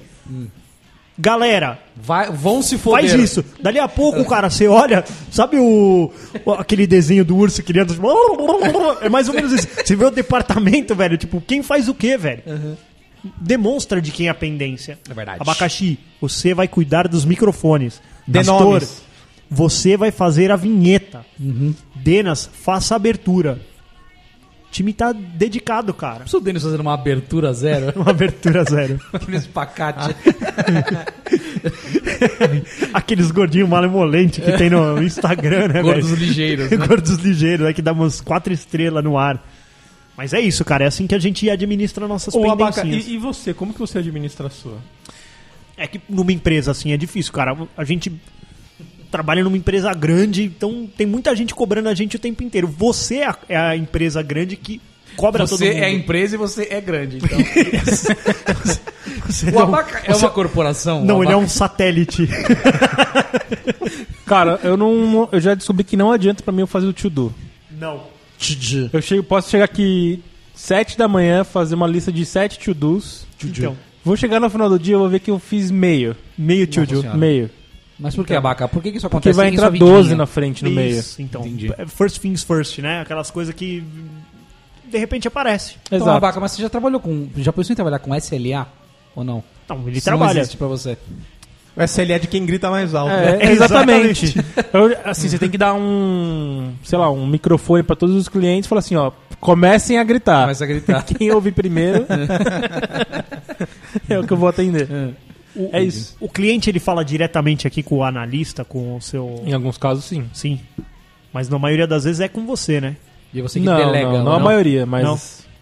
S3: Galera,
S4: Vai, vão se foder.
S3: faz isso. Dali a pouco, cara, você olha, sabe o, o- aquele desenho do urso criando? Tipo, é mais ou menos isso. Você vê o departamento, velho, tipo, quem faz o quê, velho? Demonstra de quem é a pendência.
S4: É verdade.
S3: Abacaxi, você vai cuidar dos microfones.
S2: Dê
S3: Castor,
S2: nomes.
S3: você vai fazer a vinheta.
S4: Uhum.
S3: Denas, faça a abertura. O time tá dedicado, cara.
S4: Não precisa o Denis fazendo uma abertura
S3: <laughs>
S4: zero.
S3: Uma abertura
S4: <laughs>
S3: zero.
S4: Aquele espacate.
S3: <laughs> Aqueles gordinhos malemolentes que tem no Instagram, né,
S4: Gordos
S3: velho? <laughs>
S4: ligeiros, né?
S3: Gordos ligeiros, né? Que dá umas quatro estrelas no ar. Mas é isso, cara. É assim que a gente administra nossas
S2: o abaca
S3: pendências.
S2: e, e você como que você administra a sua
S3: É que numa empresa assim é difícil, cara. A gente trabalha numa empresa grande, então tem muita gente cobrando a gente o tempo inteiro. Você é a, é a empresa grande que cobra todo
S4: Você
S3: mundo.
S4: é a empresa e você é grande.
S3: <laughs>
S4: Então.
S3: Você
S4: O
S3: é um-
S4: abaca é uma corporação?
S3: Não,
S4: O
S3: ele é um
S4: abaca- <laughs>
S3: satélite.
S5: Cara, eu não. Eu já descobri que não adianta pra mim eu fazer o to do.
S3: Não.
S5: Eu chego, posso chegar aqui 7 da manhã, fazer uma lista de 7 to dos.
S3: Então,
S5: Vou chegar no final do dia, eu vou ver que eu fiz meio.
S3: meio tio
S4: Nossa senhora.
S5: Meio.
S3: um-
S4: Mas por que,
S3: Então.
S4: abaca? Por que que isso
S5: Porque
S4: acontece?
S5: vai
S4: em sua
S5: entrar 12
S4: vidinha?
S5: na frente no meio.
S3: Isso, então.
S4: Entendi.
S3: First things first, né? Aquelas coisas que de repente aparece.
S4: Então,
S5: Exato.
S4: abaca, mas você já trabalhou com... Já pensou em trabalhar com SLA? Ou não?
S3: Então, ele
S4: Isso Não
S3: trabalha.
S4: existe pra você.
S2: o SLE é de quem grita mais alto né? <laughs>
S5: É, exatamente. Eu- assim, você tem que dar um, sei lá, um microfone pra todos os clientes e falar assim, ó, comecem a gritar.
S4: Começa a
S3: <laughs>
S4: gritar.
S5: Quem
S2: <laughs>
S5: ouvir primeiro é o que eu vou atender.
S3: O,
S5: É isso.
S3: O cliente ele fala diretamente aqui com o analista, com o seu.
S5: Em alguns casos, sim.
S3: Sim. Mas na maioria das vezes é com você, né?
S4: E é você que
S5: Não,
S4: delega.
S5: não,
S4: ou
S5: não a maioria, mas
S3: Não.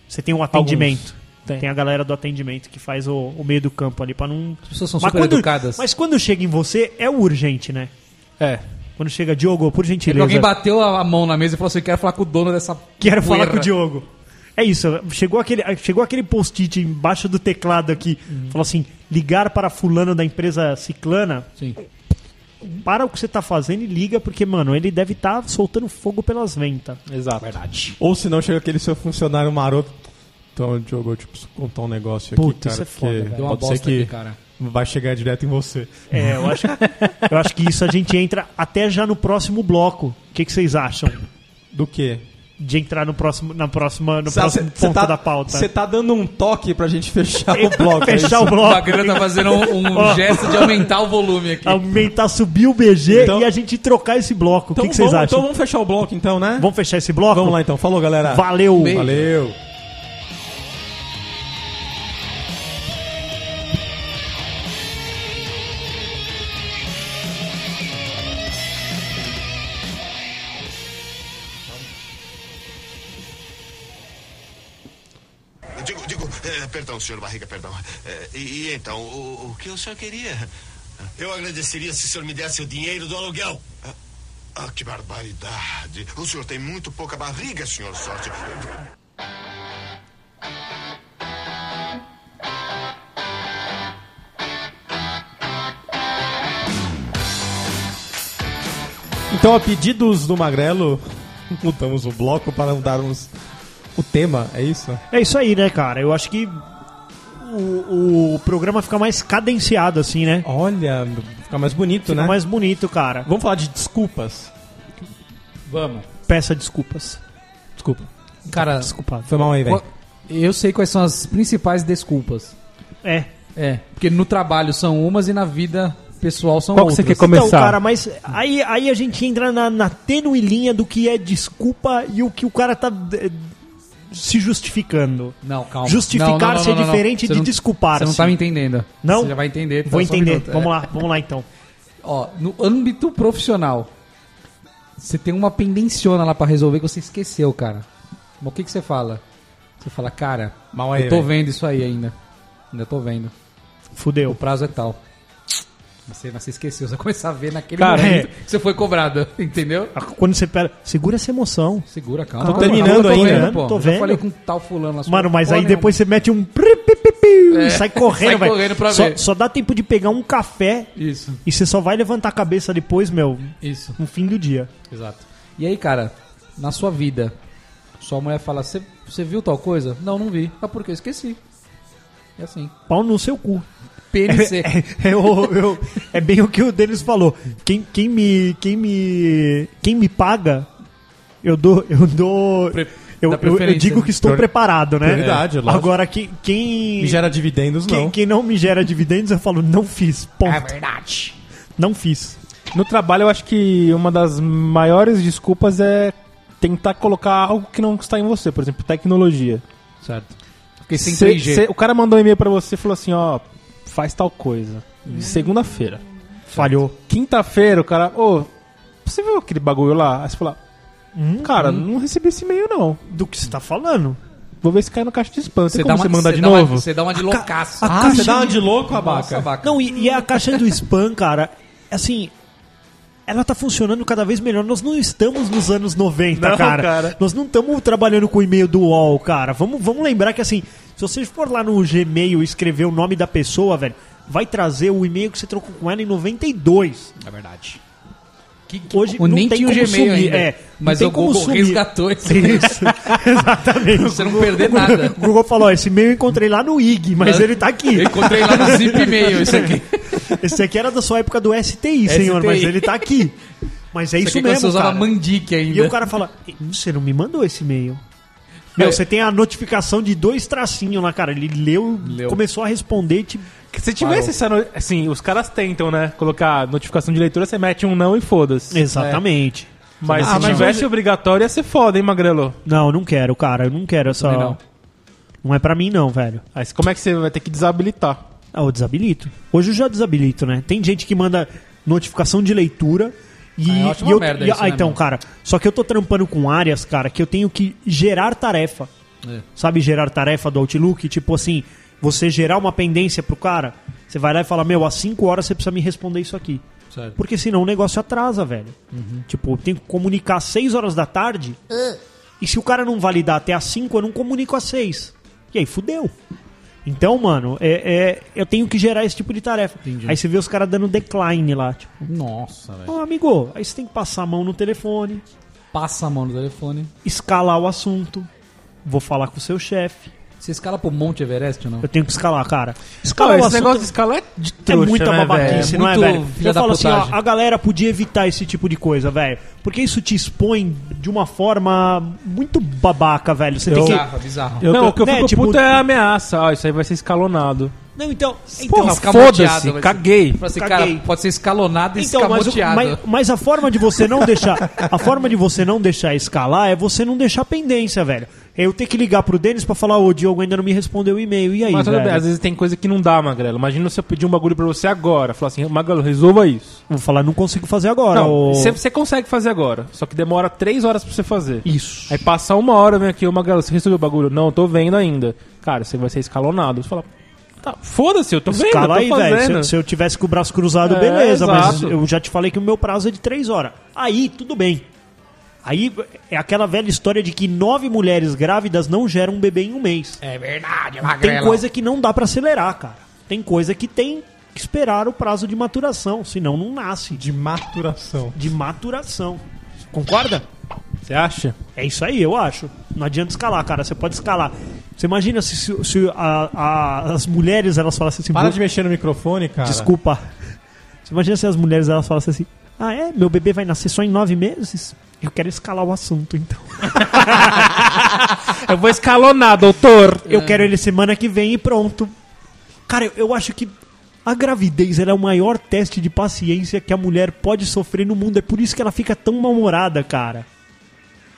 S3: Você tem um atendimento.
S5: Tem.
S3: Tem. a galera do atendimento que faz o, o meio do campo ali pra não.
S4: As pessoas são super
S3: quando,
S4: educadas.
S3: mas quando chega em você, é o urgente, né?
S5: é.
S3: Quando chega Diogo, por
S4: É que
S3: gentileza.
S4: alguém bateu a a mão na mesa e falou assim: quero falar com o dono dessa.
S3: Quero falar
S4: poeira."
S3: com o Diogo. É isso, chegou aquele, chegou aquele post-it embaixo do teclado aqui,
S2: Uhum.
S3: falou assim: ligar para fulano da empresa ciclana.
S4: Sim.
S3: Para o que você tá fazendo e liga, porque, mano, ele deve estar soltando fogo pelas ventas.
S5: Exato. Verdade.
S2: Ou se não, chega aquele seu funcionário maroto. Então, Diogo, eu te preciso contar um negócio aqui,
S3: Puta,
S2: cara.
S3: isso é foda,
S2: porque
S3: velho.
S4: Deu uma
S2: pode ser
S4: bosta
S2: que
S4: aqui, cara.
S2: vai chegar direto em você.
S3: É, eu acho, eu acho que isso a gente entra até já no próximo bloco. O que, que vocês acham
S2: Do quê?
S3: de entrar no próximo, na próxima, no próximo ponto da pauta?
S2: Você tá dando um toque pra gente
S3: <laughs>
S2: fechar o bloco. é isso?
S3: Fechar o
S4: O
S3: bloco,
S4: Magrão tá fazendo um, um
S3: <laughs> Ó.
S4: gesto de aumentar o volume aqui.
S3: aumentar, subir o BG
S2: Então-
S3: e a gente trocar esse bloco. O
S2: Então,
S3: que, que vocês
S2: vamos,
S3: acham?
S2: então vamos fechar o bloco, então, né?
S3: Vamos fechar esse bloco?
S2: Vamos lá, então. Falou, galera.
S3: Valeu!
S4: Beijo.
S2: Valeu.
S6: Digo, digo, eh, perdão, senhor Barriga, perdão. Eh, e, e então, o, o que o senhor queria? Eu agradeceria se o senhor me desse o dinheiro do aluguel. Ah, ah, que barbaridade. O senhor tem muito pouca barriga, senhor Sorte.
S2: Então, a pedidos do Magrelo, mudamos o bloco para mudarmos o tema, é isso?
S3: É isso aí, né, cara? Eu acho que o, o programa fica mais cadenciado, assim, né?
S2: Olha, fica mais bonito,
S3: Fica
S2: né?
S3: mais bonito, cara.
S2: Vamos falar de desculpas.
S4: Vamos.
S3: Peça desculpas.
S2: Desculpa.
S4: Cara,
S3: Desculpado.
S2: Foi mal aí, velho.
S4: qual- eu sei quais são as principais desculpas.
S3: É.
S4: É, porque no trabalho são umas e na vida pessoal são
S5: Qual que
S4: outras.
S5: você quer comer? Começar.
S3: Então, cara, mas aí, aí a gente entra na, na tênue linha do que é desculpa e o que o cara tá eh, se justificando.
S4: Não, calma.
S3: Justificar-se
S4: Não, não, não,
S3: é
S4: não, não.
S3: diferente
S4: Você
S3: de
S4: não-
S3: desculpar-se.
S4: Você não tá me entendendo.
S3: Não?
S4: Você já vai entender. tá?
S3: Vou
S4: Só um
S3: entender.
S4: minuto, é.
S3: Vamos lá, vamos lá então.
S4: Ó, no âmbito profissional, você tem uma pendenciona lá pra resolver que você esqueceu, cara. Mas o que, que você fala? Você fala, cara,
S2: Mal aí,
S4: eu tô
S2: velho.
S4: vendo isso aí ainda. Ainda tô vendo. O
S3: Fudeu.
S4: prazo é tal. Você, mas você esqueceu, você <laughs> vai começar a ver naquele
S5: Cara,
S4: momento que você foi cobrado, <laughs> entendeu?
S3: Ah, Quando você pega. Segura essa emoção.
S4: Segura, calma.
S2: Tô terminando
S4: eu tô
S2: ainda.
S4: Vendo, pô.
S3: Tô
S4: Eu já
S3: vendo.
S4: falei com tal fulano lá.
S3: Mano, mas
S4: Pô,
S3: aí
S4: né?
S3: depois você mete um. pri, pi, pi, pi,
S4: É,
S3: Sai correndo,
S4: sai
S3: velho.
S4: correndo pra
S3: só,
S4: ver.
S3: só dá tempo de pegar um café
S4: Isso,
S3: e você só vai levantar a cabeça depois, meu,
S4: isso.
S3: no fim do dia.
S4: Exato. E aí, cara, na sua vida, sua mulher fala, "Cê- você viu tal coisa? Não, não vi. Ah, por quê? Esqueci. É assim.
S3: Pau no seu cu.
S4: PNC.
S3: <laughs> É, é o- eu- é bem o que o Denis falou. Quem, quem me. Quem me. Quem me paga, eu dou. Eu dou.
S4: Pre-
S3: eu,
S4: dá
S3: eu- eu
S4: preferência,
S3: digo
S4: né?
S3: que estou
S2: Prior-
S3: preparado, né?
S2: Prioridade, lógico.
S3: Agora, quem. Quem
S2: E gera dividendos,
S3: quem,
S2: não.
S3: quem não me gera dividendos, eu falo, não fiz. Ponto.
S4: É verdade.
S3: Não fiz.
S5: No trabalho, eu acho que uma das maiores desculpas é tentar colocar algo que não está em você, por exemplo, tecnologia.
S4: Certo. Fiquei sem
S5: Cê-
S4: 3G.
S5: cê- o cara mandou um e-mail pra você e falou assim, ó, faz tal coisa.
S4: Hum.
S5: Segunda-feira.
S3: Falhou.
S5: Quinta-feira, o cara, ô, você viu aquele bagulho lá? Aí você fala,
S4: Hum,
S5: cara, não recebi esse e-mail não.
S3: Do que você tá falando?
S5: Vou ver se cai no caixa de spam. Você,
S4: Cê
S5: como você mandar
S4: cê
S5: de
S4: dá uma-
S5: novo?
S4: Você dá uma de loucaço.
S3: a
S4: Ah,
S3: caixa
S2: Você dá uma
S3: de-
S2: de louco, abaca?
S4: nossa, vaca.
S3: Não, e, e a caixa do spam, cara, assim. Ela tá funcionando cada vez melhor. Nós não estamos nos anos 90,
S5: Não,
S3: cara.
S5: cara.
S3: Nós não estamos trabalhando com o e-mail do UOL, cara. Vamos, vamos lembrar que, assim, se você for lá no Gmail e escrever o nome da pessoa, velho, vai trazer o e-mail que você trocou com ela em 92.
S4: É verdade.
S3: Hoje
S4: O
S3: não
S4: nem
S3: tem
S4: tinha o
S3: como
S4: Gmail
S3: sumir.
S4: ainda.
S3: É,
S4: mas
S3: não
S4: o
S3: tem como
S4: Google
S3: sumir.
S4: resgatou esse. <laughs>
S3: Isso, exatamente.
S4: Pra você não perder nada.
S3: O Google falou: ó, esse e-mail eu encontrei lá no IG, mas ele tá aqui.
S4: <laughs> Eu encontrei lá
S3: <laughs>
S4: no Zip Mail isso aqui.
S3: Esse aqui era da sua época do STI, senhor,
S4: STI.
S3: mas ele tá aqui. Mas é isso
S4: aqui quando Você
S3: mesmo,
S4: usava
S3: cara.
S4: Mandic ainda.
S3: E o cara fala, "E, você não me mandou esse e-mail. Meu,
S4: É.
S3: você tem a notificação de dois tracinhos lá, cara. Ele leu,
S4: Leu.
S3: começou a responder, tipo,
S5: Se tivesse essa... no- Assim, os caras tentam, né? Colocar notificação de leitura, você mete um não e foda-se.
S3: exatamente.
S5: Mas
S2: Ah,
S5: se
S2: mas
S5: tivesse obrigatório, ia ser foda, hein, Magrelo?
S3: Não, não quero, cara. Eu não quero essa...
S4: Também
S3: Não.
S4: não.
S3: é pra mim não, velho.
S5: Aí como é que você vai ter que desabilitar?
S3: Ah, eu desabilito. Hoje eu já desabilito, né? Tem gente que manda notificação de leitura e,
S4: Ah, eu acho
S3: e
S4: uma
S3: eu-
S4: merda
S3: e-
S4: isso,
S3: ah,
S4: né,
S3: então,
S4: mano?
S3: cara, só que eu tô trampando com áreas, cara, que eu tenho que gerar tarefa.
S4: É.
S3: Sabe gerar tarefa do Outlook? Tipo assim, você gerar uma pendência pro cara, você vai lá e fala, meu, às 5 horas você precisa me responder isso aqui.
S4: Certo. Uhum.
S3: Porque senão o negócio atrasa, velho. Tipo, eu tenho que comunicar às 6 horas da tarde. E se o cara não validar até às 5, eu não comunico às 6. E aí fudeu. Então, mano, é, é- eu tenho que gerar esse tipo de tarefa. Aí você vê os caras dando decline lá, tipo,
S4: Nossa, velho.
S3: Ô, amigo, aí você tem que passar a mão no telefone,
S4: Passa a mão no telefone.
S3: escalar o assunto. Vou falar com o seu chefe.
S4: Você escala pro Monte Everest ou não?
S3: Eu tenho que escalar, cara.
S5: Não,
S3: Escalar o
S5: esse
S3: assunto
S5: negócio de escalar é de
S3: é
S5: trouxa,
S3: muita
S5: né,
S3: babaquice,
S5: velho?
S3: não é,
S4: muito
S3: velho?
S4: filha
S3: Eu
S4: da
S3: falo assim, ó,
S4: putagem.
S3: a galera podia evitar esse tipo de coisa, velho. Porque isso te expõe de uma forma muito babaca, velho. Você tem que...
S4: Bizarro, bizarro.
S5: Eu não, o que eu
S3: né,
S5: fico
S3: tipo-
S5: puto é a ameaça. Ah, isso aí vai ser escalonado.
S3: Não, então... então
S5: Porra,
S4: escamoteado, vai
S5: foda-se,
S4: ser-
S5: caguei.
S4: Fala assim,
S3: Caguei.
S4: cara, pode ser escalonado e
S3: Então, mas, o-
S4: escamoteado.
S3: mas, mas a forma de você não deixar, a forma de você não deixar escalar é você não deixar pendência, velho. Eu ter que ligar pro Denis pra falar, ô Diogo ainda não me respondeu o e-mail. E aí,
S5: Mas tudo
S3: velho?
S5: bem, às vezes tem coisa que não dá, Magrelo. Imagina se eu pedir um bagulho pra você agora. Falar assim, Magrelo, resolva isso.
S3: Vou falar, não consigo fazer agora.
S5: Não,
S3: ô-
S5: você você consegue fazer agora. Só que demora três horas pra você fazer.
S3: Isso.
S5: Aí passa uma hora, vem aqui, ô Magrelo, você recebeu o bagulho? Não, eu tô vendo ainda. Cara, você vai ser escalonado. Você fala, tá, foda-se, eu tô vendo, eu tô
S3: Escala aí, velho. Se,
S5: fazendo.
S3: eu- se eu tivesse com o braço cruzado,
S5: É,
S3: beleza. Mas
S5: exato.
S3: eu já te falei que o meu prazo é de três horas. Aí, tudo bem. Aí é aquela velha história de que nove mulheres grávidas não geram um bebê em um mês.
S4: É verdade,
S3: tem
S4: Magrelo.
S3: coisa que não dá pra acelerar, cara. Tem coisa que tem que esperar o prazo de maturação, senão não nasce.
S2: De maturação.
S3: De maturação. Concorda?
S5: Você acha?
S3: É isso aí, eu acho. Não adianta escalar, cara. Você pode escalar. Você imagina se, se- se a- a- as mulheres elas falassem assim.
S2: Para
S3: "Vou-
S2: de mexer no microfone, cara.
S3: Desculpa. Você imagina se as mulheres elas falassem assim: Ah, é? Meu bebê vai nascer só em nove meses? Eu quero escalar o assunto, então.
S5: Eu vou escalonar, doutor.
S3: Eu quero ele semana que vem e pronto. Cara, eu, eu acho que a gravidez ela é o maior teste de paciência que a mulher pode sofrer no mundo. É por isso que ela fica tão mal-humorada, cara. é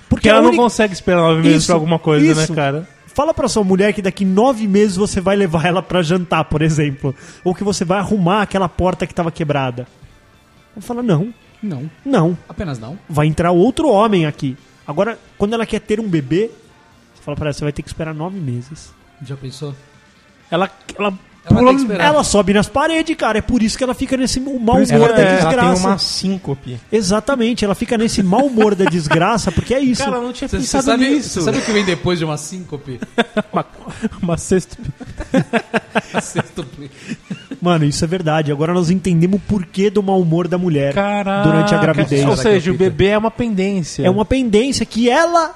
S5: Porque
S3: a
S5: ela não
S3: única-
S5: consegue esperar nove meses
S3: Isso,
S5: pra alguma coisa,
S3: isso.
S5: né, cara?
S3: Fala pra sua mulher que daqui nove meses você vai levar ela pra jantar, por exemplo. Ou que você vai arrumar aquela porta que tava quebrada. Ela fala, não,
S4: Não,
S3: não.
S4: apenas não.
S3: vai entrar outro homem aqui. Agora, quando ela quer ter um bebê, você fala pra ela, você vai ter que esperar nove meses.
S4: Já pensou?
S5: Ela, ela,
S4: Ela tá
S5: pula
S4: tem que esperar.
S3: um- Ela sobe nas paredes, cara. É por isso que ela fica nesse mau
S2: Por isso que
S3: humor
S2: ela,
S3: da
S2: é, ela tem
S3: desgraça.
S2: uma síncope.
S3: Exatamente, ela fica nesse mau humor da desgraça,
S2: <laughs>
S3: porque é isso.
S5: Cara, eu não tinha
S4: Você
S5: pensado
S4: sabe,
S5: nisso.
S3: <laughs>
S4: cê sabe o que vem depois de uma síncope?
S5: Uma, uma sexta.
S4: Sextuple.
S3: Mano, isso é verdade. Agora nós entendemos o porquê do mau humor da mulher
S5: Caraca.
S3: durante a gravidez.
S5: Ou seja,
S4: Caraca,
S5: o bebê é uma pendência.
S3: É uma pendência que ela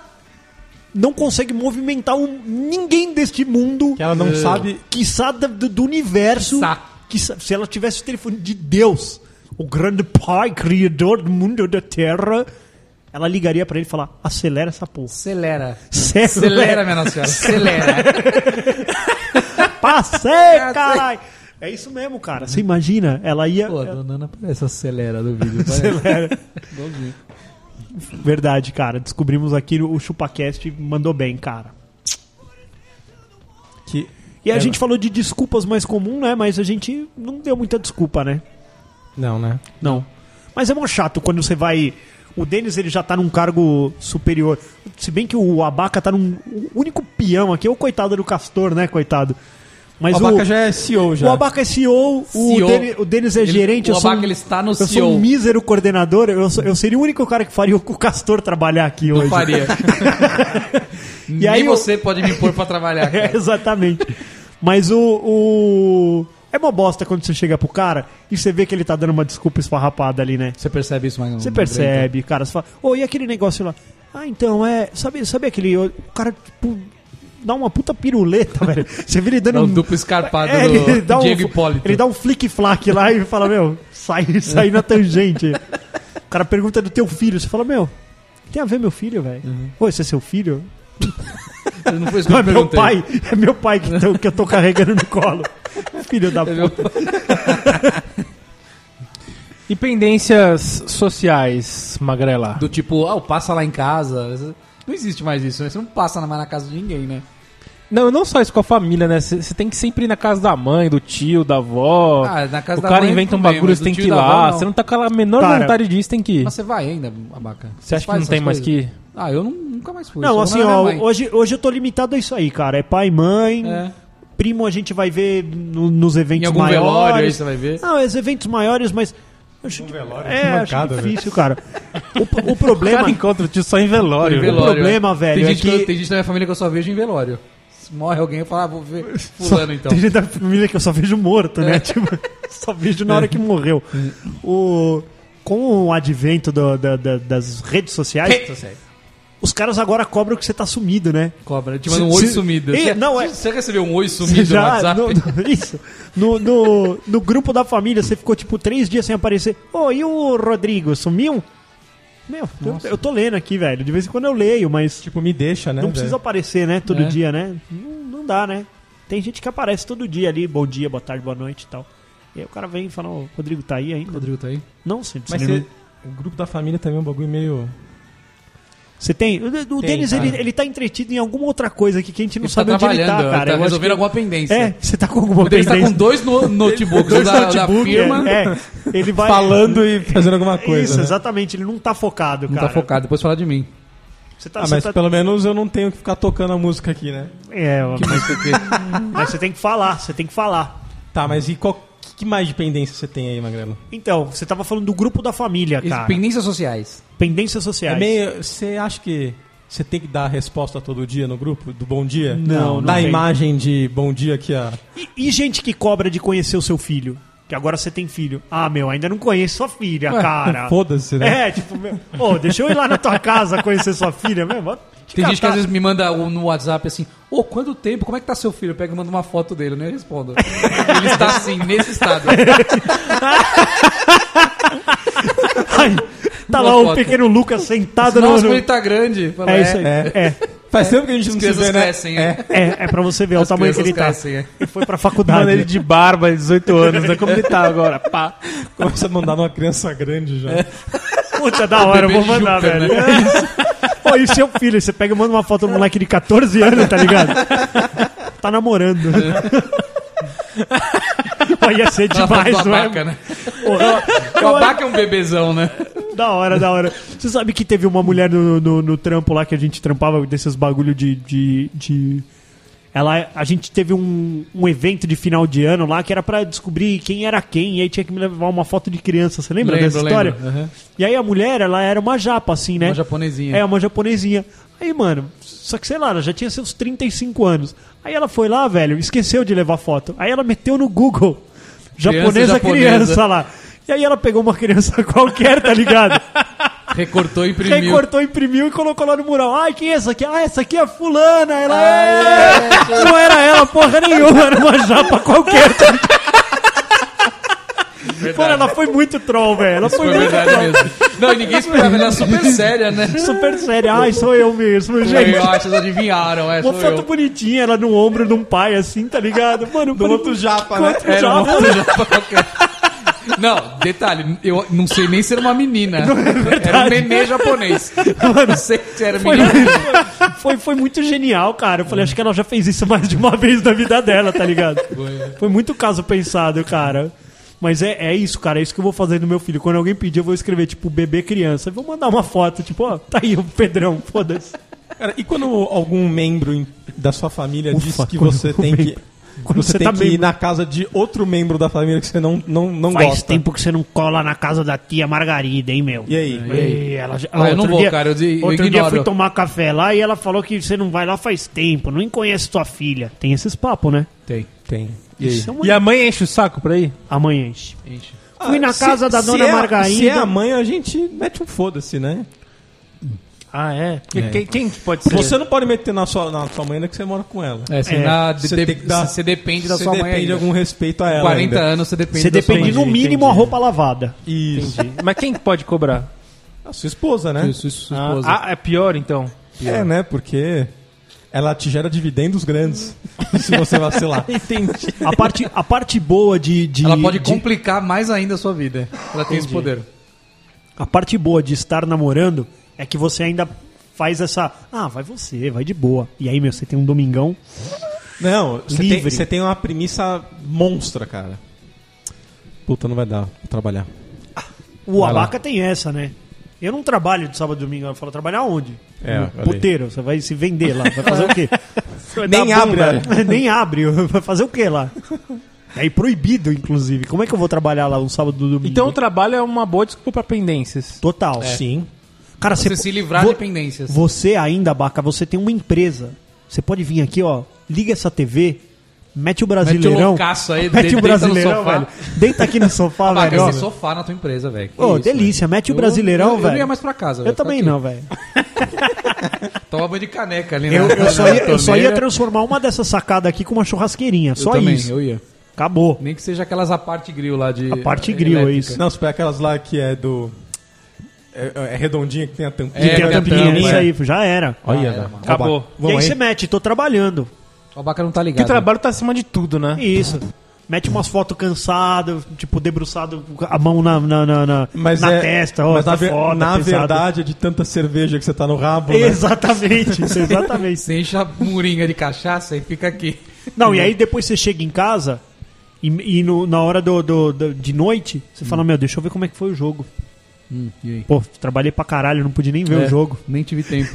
S3: não consegue movimentar um- ninguém deste mundo. É.
S2: Que ela não sabe.
S3: quiçá da- do, do universo.
S4: Quiçá.
S3: Quiçá- se ela tivesse o telefone de Deus, o grande pai, criador do mundo e da terra, ela ligaria pra ele e falar: acelera essa porra.
S4: Acelera.
S3: Acelera,
S4: Acelera, minha nossa senhora.
S3: <laughs>
S4: Acelera.
S3: Passei, caralho! É isso mesmo, cara. Você imagina? Ela ia.
S4: Pô, a
S3: ela-
S4: dona Ana parece a acelera do vídeo. parece.
S3: acelera.
S4: Igualzinho.
S3: Verdade, cara. Descobrimos aqui o ChupaCast mandou bem, cara.
S2: Que
S3: E a
S4: É,
S3: gente falou de desculpas mais comum, né? Mas a gente não deu muita desculpa, né?
S2: Não, né?
S3: Não. Mas é mó chato quando você vai. O Denis ele já tá num cargo superior. Se bem que o Abaca tá num. O único peão aqui é o coitado do Castor, né, coitado? Mas
S2: o Abaca já é CEO já.
S3: o Abaca é CEO,
S4: CEO.
S3: O, Deni- o Denis é
S4: Ele-
S3: gerente.
S4: o
S3: eu sou
S4: Abaca,
S3: um-
S4: ele está no
S3: Eu
S4: CEO.
S3: sou um mísero coordenador. Eu, sou- eu seria o único cara que faria o Castor trabalhar aqui
S4: Não
S3: hoje. <laughs>
S4: faria.
S3: E
S4: Nem
S3: aí eu-
S4: você pode me pôr
S3: <laughs>
S4: pra trabalhar,
S3: É,
S4: cara.
S3: exatamente. Mas o, o- É uma bosta quando você chega pro cara e você vê que ele tá dando uma desculpa esfarrapada ali, né?
S4: Você percebe isso, Magrão?
S3: Você percebe, cara. Você fala, ô, e aquele negócio lá? Ah, então, é. Sabe, sabe aquele. O cara, tipo, dá uma puta piruleta, <laughs> velho. Você vê ele dando
S4: Dá um duplo escarpado
S3: É,
S4: do
S3: ele dá um,
S4: Diego Hipólito.
S3: Ele dá um flick-flack lá e fala, meu, sai, sai na tangente. O cara pergunta do teu filho. Você fala, meu, tem a ver meu filho, velho?
S4: Uhum.
S3: Ô, esse é seu filho?
S4: Ele Não foi isso que
S3: Não,
S4: eu
S3: é meu
S4: perguntei.
S3: pai. É meu pai que, tô- que eu tô carregando no colo. <laughs> Filho da
S4: É meu
S3: puta.
S4: pai.
S5: E pendências sociais, Magrela?
S4: Do tipo, ah, eu passa lá em casa. Não existe mais isso, né? Você não passa mais na casa de ninguém, né?
S5: Não, não só isso com a família, né? Você tem que sempre ir na casa da mãe, do tio, da avó.
S4: Ah, na casa
S5: o
S4: da
S5: cara
S4: mãe
S5: inventa um
S4: tudo bem,
S5: bagulho,
S4: mas
S5: você
S4: do
S5: tem
S4: tio
S5: que ir
S4: e da
S5: lá.
S4: avó, não.
S5: Você não tá com a menor
S3: Cara,
S5: vontade disso, tem que ir.
S4: Mas você vai ainda, abaca.
S5: Você acha que não tem mais que ir?
S4: Ah, eu não, nunca mais fui.
S3: Não,
S4: Só
S3: assim,
S4: na minha
S3: ó,
S4: mãe.
S3: hoje, hoje eu tô limitado a isso aí, cara. É pai, mãe.
S4: É.
S3: Primo a gente vai ver no- nos eventos
S4: Em algum
S3: maiores.
S4: velório aí você vai ver.
S3: Não, os eventos maiores, mas Acho que-
S2: velório, que
S3: é, acho
S2: mancada,
S3: difícil, cara.
S4: <laughs>
S3: O, o
S5: O cara
S3: problema.
S5: encontra o tio só em velório.
S4: Em
S5: velho.
S4: velório,
S3: problema,
S4: é.
S3: velho,
S4: Tem,
S3: é
S4: gente que...
S3: que-
S4: eu- tem gente da minha família que eu só vejo em velório. Se morre alguém, eu falo, ah,
S3: <laughs>
S4: vou ver fulano então. É.
S3: Tem gente da família que eu só vejo morto, né? Tipo, <laughs> só vejo na hora que morreu. O, com o advento do- da- da- das redes sociais, os caras agora cobram que você tá sumido, né?
S4: Cobra, te manda um
S3: Se-
S4: oi
S3: se-
S4: sumido.
S3: Ih,
S4: Você-
S3: não, é-
S4: Você recebeu um oi
S3: Você
S4: sumido no
S3: já,
S4: WhatsApp?
S3: no, no-
S4: <laughs>
S3: isso. No, no, no grupo da família, você ficou tipo três dias sem aparecer. Ô, e o Rodrigo, sumiu? Meu, eu, eu tô lendo aqui, velho. De vez em quando eu leio, mas
S2: Tipo, me deixa, né?
S3: não precisa aparecer, né? Todo
S4: É.
S3: dia, né? Não, não dá, né? Tem gente que aparece todo dia ali, bom dia, boa tarde, boa noite e tal. E aí o cara vem e fala, ô, Rodrigo tá aí ainda?
S4: Rodrigo tá aí?
S3: Não, sim, você,
S2: Mas
S3: não-
S2: você... O grupo da família também é um bagulho meio...
S3: você tem. O, o
S2: Tem,
S3: Denis, ele,
S2: cara.
S3: ele tá entretido em alguma outra coisa aqui que a gente não
S4: Ele
S3: sabe
S4: tá
S3: onde ele tá,
S4: trabalhando,
S3: cara.
S4: ele tá
S3: Eu acho
S4: resolvendo
S3: que-
S4: alguma pendência.
S3: É, você tá com alguma
S4: O Denis tá
S3: pendência.
S4: com dois no- notebooks, um
S3: <laughs> Dois
S4: da, da
S3: notebook,
S4: firma.
S3: é, é. Ele vai
S2: Falando <laughs> e fazendo alguma coisa,
S3: Isso,
S2: né?
S3: exatamente. Ele não tá focado,
S4: Não
S3: cara.
S4: tá focado, depois fala de mim.
S3: Você tá,
S2: Ah,
S3: você
S2: mas
S3: tá-
S2: pelo menos eu não tenho que ficar tocando a música aqui, né?
S3: É, mas,
S4: Porque
S3: mas você tem que falar, você tem que falar.
S2: <laughs> Tá, mas e qual... que- Que mais dependência você tem aí, Magrelo?
S3: Então, você tava falando do grupo da família, cara.
S4: pendências sociais.
S3: Pendências sociais.
S2: É meio. Você acha que você tem que dar a resposta todo dia no grupo do bom dia?
S3: Não, não
S2: Da
S3: tem.
S2: imagem de bom dia que a.
S3: E, e gente que cobra de conhecer o seu filho? Que agora você tem filho. Ah, meu, ainda não conheço sua filha,
S4: <laughs>
S3: cara.
S2: Foda-se, né?
S3: É, tipo, meu, ô, deixa eu ir lá na tua casa conhecer sua filha mesmo. vai te
S4: Tem gente que
S3: catar.
S4: às vezes me manda um- no WhatsApp assim, ô, quanto tempo, como é que tá seu filho? Eu pego e mando uma foto dele, né? eu nem
S3: <laughs>
S4: respondo. Ele está assim, nesse estado.
S3: Ai, tá lá
S4: Uma
S3: o
S4: foto.
S3: pequeno Lucas sentado no.
S4: Nossa,
S3: no-
S4: como ele tá grande. Fala,
S3: É isso aí. é.
S2: Faz tempo que a gente
S4: As
S2: não se
S4: crianças
S2: vê, né?
S4: crescem, é.
S3: É, é pra você ver o
S4: As
S3: tamanho que
S4: crianças
S3: ele tá.
S4: crescem, é.
S3: Ele foi pra faculdade.
S5: Mano, ele de barba, 18 anos, né? Como ele tá agora? Pá.
S2: Começa a mandar numa criança grande já.
S3: Puta, da hora, eu
S4: Bebê né?
S3: vou mandar,
S4: Juca,
S3: velho. Pô, e seu filho? Você pega e manda uma foto do moleque de 14 anos, tá ligado? Tá namorando. Pô, ia ser
S4: Ela fala
S3: demais,
S4: do
S3: não é?
S4: abaca, né?
S3: Porra,
S4: O abaca é um bebezão, né?
S3: da hora, da hora. Você sabe que teve uma mulher no, no, no trampo lá que a gente trampava desses bagulho de. de, de... Ela, a gente teve um, um evento de final de ano lá que era pra descobrir quem era quem, e aí tinha que me levar uma foto de criança. Você lembra dessa história?
S4: Aham.
S3: E aí a mulher, ela era uma japa, assim, né?
S4: Uma japonesinha.
S3: É, uma japonesinha. Aí, mano, só que sei lá, ela já tinha seus 35 anos. Aí ela foi lá, velho, esqueceu de levar foto. Aí ela meteu no Google. Japonesa,
S4: Criança, japonesa.
S3: criança lá. E aí ela pegou uma criança <laughs> qualquer, tá ligado?
S4: Recortou e imprimiu.
S3: Aí cortou, imprimiu e colocou lá no mural. Ai, quem é essa aqui? Ah, essa aqui é fulana. Ela é... Não era ela, porra nenhuma. Era uma japa qualquer. tá ligado? Mano, ela foi muito troll, velho. Ela foi
S4: Foi
S3: muito
S4: verdade mesmo. Não, e ninguém esperava, ela
S3: <laughs>
S4: é super séria, né?
S3: super séria. Ai, sou eu mesmo, gente.
S4: Eu acho, vocês adivinharam, é,
S3: Uma
S4: sou
S3: foto
S4: eu.
S3: bonitinha, ela no ombro de um pai, assim, tá ligado? Mano, do
S2: outro japa, né?
S3: Outro
S4: Era uma
S3: japa.
S4: outra japa qualquer. <laughs> Não, detalhe, eu não sei nem se era uma menina.
S3: é
S4: era um nenê japonês. não sei se era
S3: Foi,
S4: menina.
S3: foi, foi muito genial, cara. Eu falei, acho que ela já fez isso mais de uma <laughs> vez na vida dela, tá ligado? Foi muito caso pensado, cara. Mas é, é isso, cara. É isso que eu vou fazer no meu filho. Quando alguém pedir, eu vou escrever, tipo, bebê criança. Eu vou mandar uma foto, tipo, ó, tá aí o Pedrão, foda-se.
S2: Cara, e quando algum membro em- da sua família
S3: Ufa,
S2: diz que
S3: quando
S2: você
S3: algum
S2: tem que.
S3: membro- quando
S2: você
S3: você
S2: tem
S3: tá
S2: que ir
S3: membro.
S2: na casa de outro membro da família que você não, não, não gosta.
S3: que você não cola na casa da tia Margarida, hein, meu?
S2: E aí?
S3: Ei, ela já-
S4: Ah, eu não
S3: outro
S4: vou,
S3: dia-
S4: cara, eu di- eu
S3: outro dia
S4: ignoro.
S3: fui tomar café lá e ela falou que você não vai lá faz tempo, nem conhece tua filha. Tem esses papos, né?
S4: Tem,
S2: Tem.
S3: Isso é uma...
S5: E a mãe enche o saco pra ir?
S3: Amanhã enche.
S4: enche.
S3: Fui na casa da dona
S2: é,
S3: Margarida.
S2: Ah, Se é a mãe, a gente mete um foda-se, né?
S5: Ah, é? Quem, quem que pode ser?
S2: Você não pode meter na sua, na sua mãe ainda que você mora com ela.
S4: É, você,
S3: É,
S4: na-
S2: você
S4: de-
S2: tem que dar-
S4: você depende da
S2: você
S4: sua mãe
S2: depende de
S4: ainda.
S2: algum respeito a ela.
S4: 40
S2: ainda.
S4: anos, você depende
S3: Você
S4: da sua
S3: depende um
S4: mãe.
S3: no
S5: entendi,
S3: mínimo a
S5: entendi.
S2: <laughs>
S3: roupa lavada.
S2: Isso.
S5: Mas quem pode cobrar?
S2: A sua esposa, né?
S4: Isso, isso, sua
S5: Ah,
S4: esposa.
S5: ah, é pior então.
S2: É, né? Porque ela te gera dividendos grandes <laughs> se você vacilar.
S5: Entendi.
S3: A parte, a parte boa de, de-
S4: Ela pode
S3: ah, de-
S4: complicar mais ainda a sua vida. Ela tem esse poder.
S3: a parte boa de estar namorando é que você ainda faz essa. Ah, vai você, vai de boa. E aí, meu, você tem um domingão.
S2: Não, você tem,
S3: Livre.
S2: você tem uma premissa monstra, cara. Puta, não vai dar pra trabalhar.
S3: O
S2: Vai lá.
S3: abaca tem essa, né? Eu não trabalho de sábado e domingo. Eu falo, trabalhar onde?
S2: É,
S3: no
S2: olha aí.
S3: puteiro. Você vai
S2: <laughs>
S3: se vender lá. Vai fazer o quê? Você vai
S2: Nem
S3: dar <laughs>
S4: né?
S2: abre,
S3: bunda. Nem abre. Vai fazer o quê lá? É proibido, inclusive. Como é que eu vou trabalhar lá um sábado e domingo?
S5: Então o
S4: tá-
S5: trabalho é uma boa desculpa pra pendências.
S3: total.
S2: Sim.
S3: Cara,
S4: É. Você
S3: po-
S4: se livrar
S3: vo-
S4: de pendências.
S3: Você ainda, Baca, você tem uma empresa. Você pode vir aqui, ó, liga essa TV, mete o
S4: Mete o
S3: brasileirão.
S4: loucaço aí,
S3: <laughs> mete
S4: deita
S3: o
S4: no
S3: brasileirão,
S4: sofá.
S3: velho. Deita aqui no sofá,
S4: Apaga
S3: velho. ó.
S4: esse é sofá na tua empresa, velho. Que
S3: Tá Ô,
S4: isso, é.
S3: delícia, mete o
S4: Eu-
S3: brasileirão,
S4: eu- Eu
S3: velho.
S4: não ia mais pra casa,
S3: Eu também não, velho.
S4: Toma banho de caneca ali, né?
S3: Eu,
S4: na-
S3: eu só
S4: na
S3: ia, eu só ia
S4: torneira.
S3: transformar uma dessas sacadas aqui com uma churrasqueirinha.
S4: Eu
S3: Só
S4: também,
S3: isso.
S4: Eu ia.
S3: Acabou.
S4: Nem que seja aquelas a parte grill lá de.
S3: A parte grill, é
S4: elétrica.
S3: isso.
S2: Não, se pega aquelas lá que é do. É, é redondinha que tem a tampinha.
S4: É,
S3: que tem a
S4: tem a
S3: tampinha,
S4: tampa,
S3: isso
S4: é.
S3: aí, já era.
S2: Olha,
S4: era,
S2: velho.
S4: mano.
S5: Acabou.
S3: é, e
S2: Vão
S3: aí
S2: aí.
S3: você mete, tô trabalhando.
S4: O abaca não tá
S5: Porque
S4: ligado.
S5: o trabalho tá acima de tudo, né?
S3: Isso. Mete umas fotos cansadas, tipo, debruçado, com a mão na, na, na, na,
S2: Mas
S3: na
S2: é,
S3: testa, ó,
S2: mas
S3: tá
S2: na, ver-
S3: foda,
S2: na
S3: pesado.
S2: verdade é de tanta cerveja que você tá no rabo, né?
S3: <laughs> Exatamente, isso, exatamente.
S4: Você enche a murinha de cachaça e fica aqui.
S3: Não,
S5: Uhum.
S3: e aí depois você chega em casa e, e no- na hora do, do- do- de noite,
S5: Hum.
S3: você fala, meu, deixa eu ver como é que foi o jogo.
S4: e aí?
S3: Pô, trabalhei pra caralho, não pude nem
S5: É.
S3: ver o
S5: <laughs>
S3: jogo.
S4: Nem tive tempo.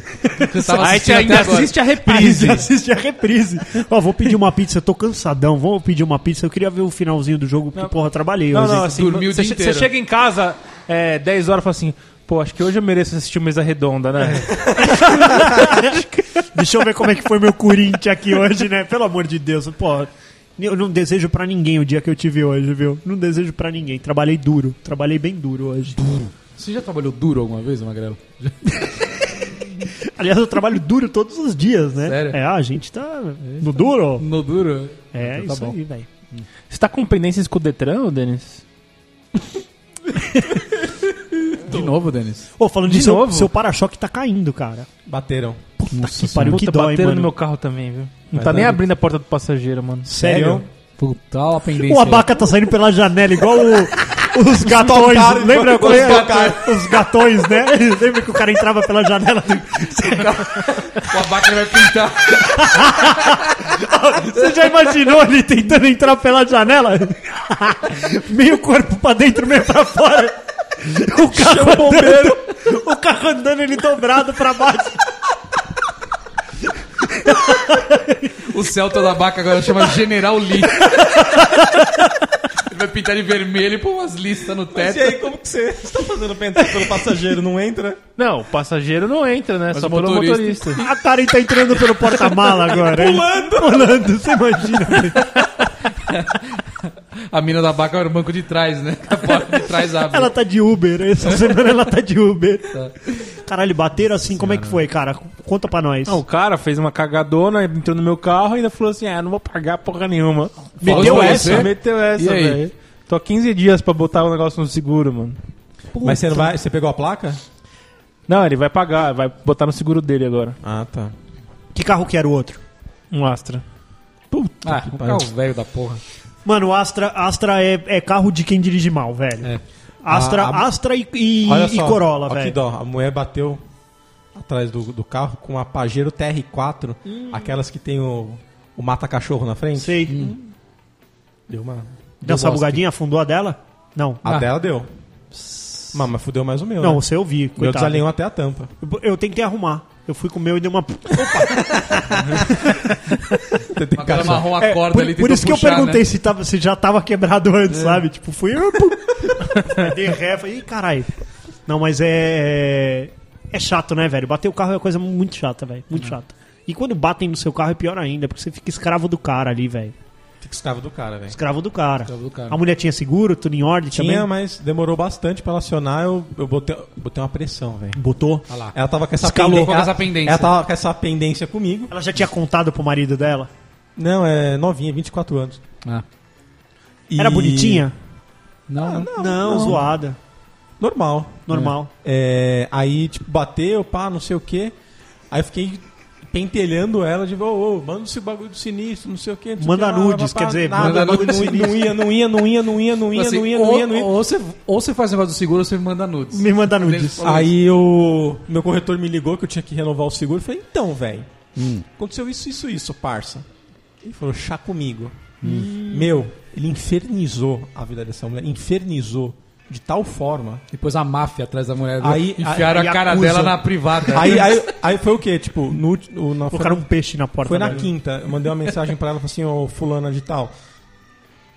S4: Você tava
S5: Aí você
S4: assistindo até
S5: ainda
S4: agora.
S5: assiste a
S3: Aí você
S5: reprise.
S3: assiste a reprise. Ó, vou pedir uma pizza, eu tô cansadão, vou pedir uma pizza. Eu queria ver o finalzinho do jogo, porque, porra, eu trabalhei
S5: Não,
S3: hoje.
S5: não, assim,
S4: dormiu o
S5: você,
S4: dia
S5: che-
S4: inteiro.
S5: você chega em casa, é, 10 horas e fala assim, pô, acho que hoje eu mereço assistir o Mesa Redonda, né?
S3: <laughs> Deixa eu ver como é que foi meu Corinthians aqui hoje, né? Pelo amor de Deus, pô. Eu não desejo pra ninguém o dia que eu tive hoje, viu? Não desejo pra ninguém. Trabalhei duro, trabalhei bem duro hoje.
S4: Você já trabalhou duro alguma vez, Magrelo?
S3: Aliás, eu trabalho duro todos os dias, né?
S4: Sério?
S3: É, a gente tá no duro.
S4: No duro?
S3: É,
S4: Então tá
S3: isso
S4: bom.
S3: aí, velho.
S5: Você tá com pendências com o Detran, ô, Denis?
S4: De novo, Denis.
S3: Ô, falando
S5: De
S3: disso, seu,
S5: novo?
S3: seu para-choque tá caindo, cara.
S2: Bateram.
S3: que pariu, que
S5: Puta,
S3: dói,
S5: bateram
S3: mano.
S5: no meu carro também, viu? Não tá nem abrindo a porta do passageiro, mano.
S3: Sério?
S4: Puta, olha a pendência.
S3: O abaca tá saindo pela janela, igual o- os gatões.
S2: tocaram,
S3: Lembra
S2: os
S3: quando
S2: tocaram.
S3: os gatões, né? <laughs> Lembra que o cara entrava pela janela?
S4: aí. O abaca vai pintar.
S3: Você já imaginou ele tentando entrar pela janela? <laughs> meio corpo pra dentro, meio pra fora. O carro andando, o carro andando ele dobrado pra baixo.
S4: O Celta da Abaca agora chama General Lee. Ele vai pintar de vermelho e pôr umas listas no teto.
S2: E aí, como que você está fazendo pra entrar pelo passageiro? Não entra?
S5: Não, o passageiro não entra, né? Só
S4: o
S5: pelo
S4: motorista.
S5: motorista.
S3: A Karen tá entrando pelo porta-mala agora. Pulando. Pulando, você imagina.
S4: A mina da Abaca era o banco de trás, né? A porta de trás abre.
S3: Ela tá de Uber, essa semana ela tá de Uber. Caralho, bateram assim, como é que foi, cara? Conta pra nós.
S5: Não, o cara fez uma cagadona, entrou no meu carro e ainda falou assim: ah, não vou pagar porra nenhuma.
S4: Falou
S5: Meteu
S4: pra
S5: essa?
S4: você?
S5: Meteu
S4: E
S5: essa,
S4: aí?
S5: velho. Tô há 15 dias pra botar o negócio no seguro, mano.
S2: Mas você não vai. Você pegou a placa?
S5: Não, ele vai pagar, vai botar no seguro dele agora.
S2: Ah, tá.
S3: Que carro que era o outro?
S5: Um Astra. Puta.
S4: Ah,
S2: Tá,
S4: o carro velho da porra.
S3: Mano, o Astra, Astra é, é carro de quem dirige mal, velho.
S4: É.
S3: Astra,
S2: A- a-
S3: Astra e, e-
S2: Olha
S3: e
S2: só.
S3: Corolla,
S2: ó Que
S3: velho.
S2: dó. A mulher bateu atrás do, do carro com um a Pajero TR4,
S3: Hum.
S2: aquelas que tem o, o mata-cachorro na frente.
S3: Sei.
S2: Hum, Deu uma.
S3: Deu essa bugadinha, afundou a dela? Não.
S2: A
S4: Ah.
S2: dela deu. Mas, mas fudeu mais o meu.
S3: Não,
S2: né?
S3: você eu vi,
S2: O meu
S3: coitado.
S2: desalinhou até a
S3: <laughs>
S2: tampa.
S3: Eu, eu tentei arrumar. Eu fui com o meu e dei uma...
S2: Você tem
S3: assim.
S4: Uma cara
S2: que achar.
S4: marrom a corda
S3: É, por,
S4: ali
S3: por
S4: tentou
S3: isso que eu
S4: puxar,
S3: perguntei
S4: né?
S3: se, tava, se já tava quebrado antes, sabe? Tipo, fui... eu, pum. <laughs> dei ré, falei, ih, caralho. Não, mas é... É chato, né, velho? Bater o carro é uma coisa muito chata, velho. Muito chata. E quando batem no seu carro é pior ainda, porque você fica escravo do cara ali, velho.
S2: Fica escravo do cara, velho.
S3: Escravo do cara.
S4: Escravo do cara.
S3: A mulher tinha seguro, tudo em ordem
S2: Tinha,
S3: também?
S2: mas demorou bastante pra ela acionar. Eu, eu botei, botei uma pressão, velho.
S3: Botou.
S2: Ela tava com essa,
S4: Escalou.
S2: penden-
S4: Com essa
S2: ela-
S4: pendência.
S2: Ela tava com essa pendência comigo.
S3: Ela já tinha contado pro marido dela?
S2: Não, é novinha, 24 anos.
S4: Ah.
S2: E-
S3: Era bonitinha?
S4: Não, não.
S3: Não, zoada.
S2: Ah, Normal.
S3: Normal.
S2: É, aí, tipo, bateu, pá, não sei o quê. Aí eu fiquei pentelhando ela de, ô, ô, manda esse bagulho do sinistro, não sei o quê. não sei o
S3: Manda
S2: quê, lá,
S3: nudes,
S2: pá,
S3: quer
S2: pá,
S3: dizer,
S2: nada,
S4: manda
S2: o bagulho
S4: nudes
S2: não, ia- não ia, não ia, não ia, não ia, não ia,
S4: Assim,
S2: não ia,
S4: ou,
S2: não ia, não ia.
S4: ou você, ou você faz o negócio do seguro ou você me manda nudes.
S3: Me manda nudes.
S4: É. Falou
S2: Aí o meu corretor me ligou que eu tinha que renovar o seguro. Eu falei, então, velho,
S3: Hum.
S2: aconteceu isso, isso, isso, parça. Ele falou, chá comigo.
S3: Hum.
S2: Meu, ele infernizou a vida dessa mulher, infernizou de tal forma.
S4: Depois a máfia atrás da mulher.
S2: Aí-
S4: enfiaram
S3: aí
S4: a cara
S3: acusa.
S4: dela na
S3: É.
S4: privada.
S2: Aí, aí, aí foi o quê? Tipo, no, ulti- o- na, foi,
S3: Colocaram um peixe na porta.
S2: foi na
S3: velho.
S2: quinta. Eu mandei uma mensagem pra ela falei assim, ô fulana de tal.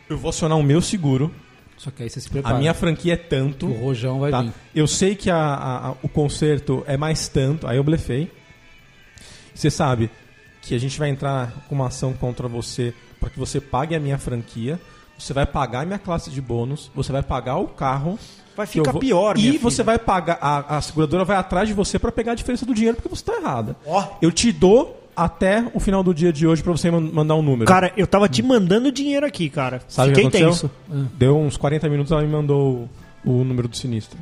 S2: Eu vou acionar o meu seguro.
S4: Só que aí você se
S2: A
S4: prepara.
S2: minha franquia é tanto.
S4: O rojão vai
S2: tá?
S4: vir.
S2: Eu sei que a- a- a- o conserto é mais tanto, aí eu blefei. Você sabe que a gente vai entrar com uma ação contra você para que você pague a minha franquia, você vai pagar a minha classe de bônus, você vai pagar o carro.
S3: Vai
S2: que eu
S3: ficar pior,
S2: E
S3: minha filha.
S2: você vai pagar, a, a seguradora vai atrás de você para pegar a diferença do dinheiro porque você tá errada.
S3: Ó.
S2: Eu te dou até o final do dia de hoje para você man- mandar um número.
S3: Cara, eu tava te mandando dinheiro aqui, cara.
S2: Sabe o que
S3: Fiquei
S2: aconteceu?
S3: tenso.
S4: É.
S2: Deu uns 40 minutos, ela me mandou o, o número do sinistro.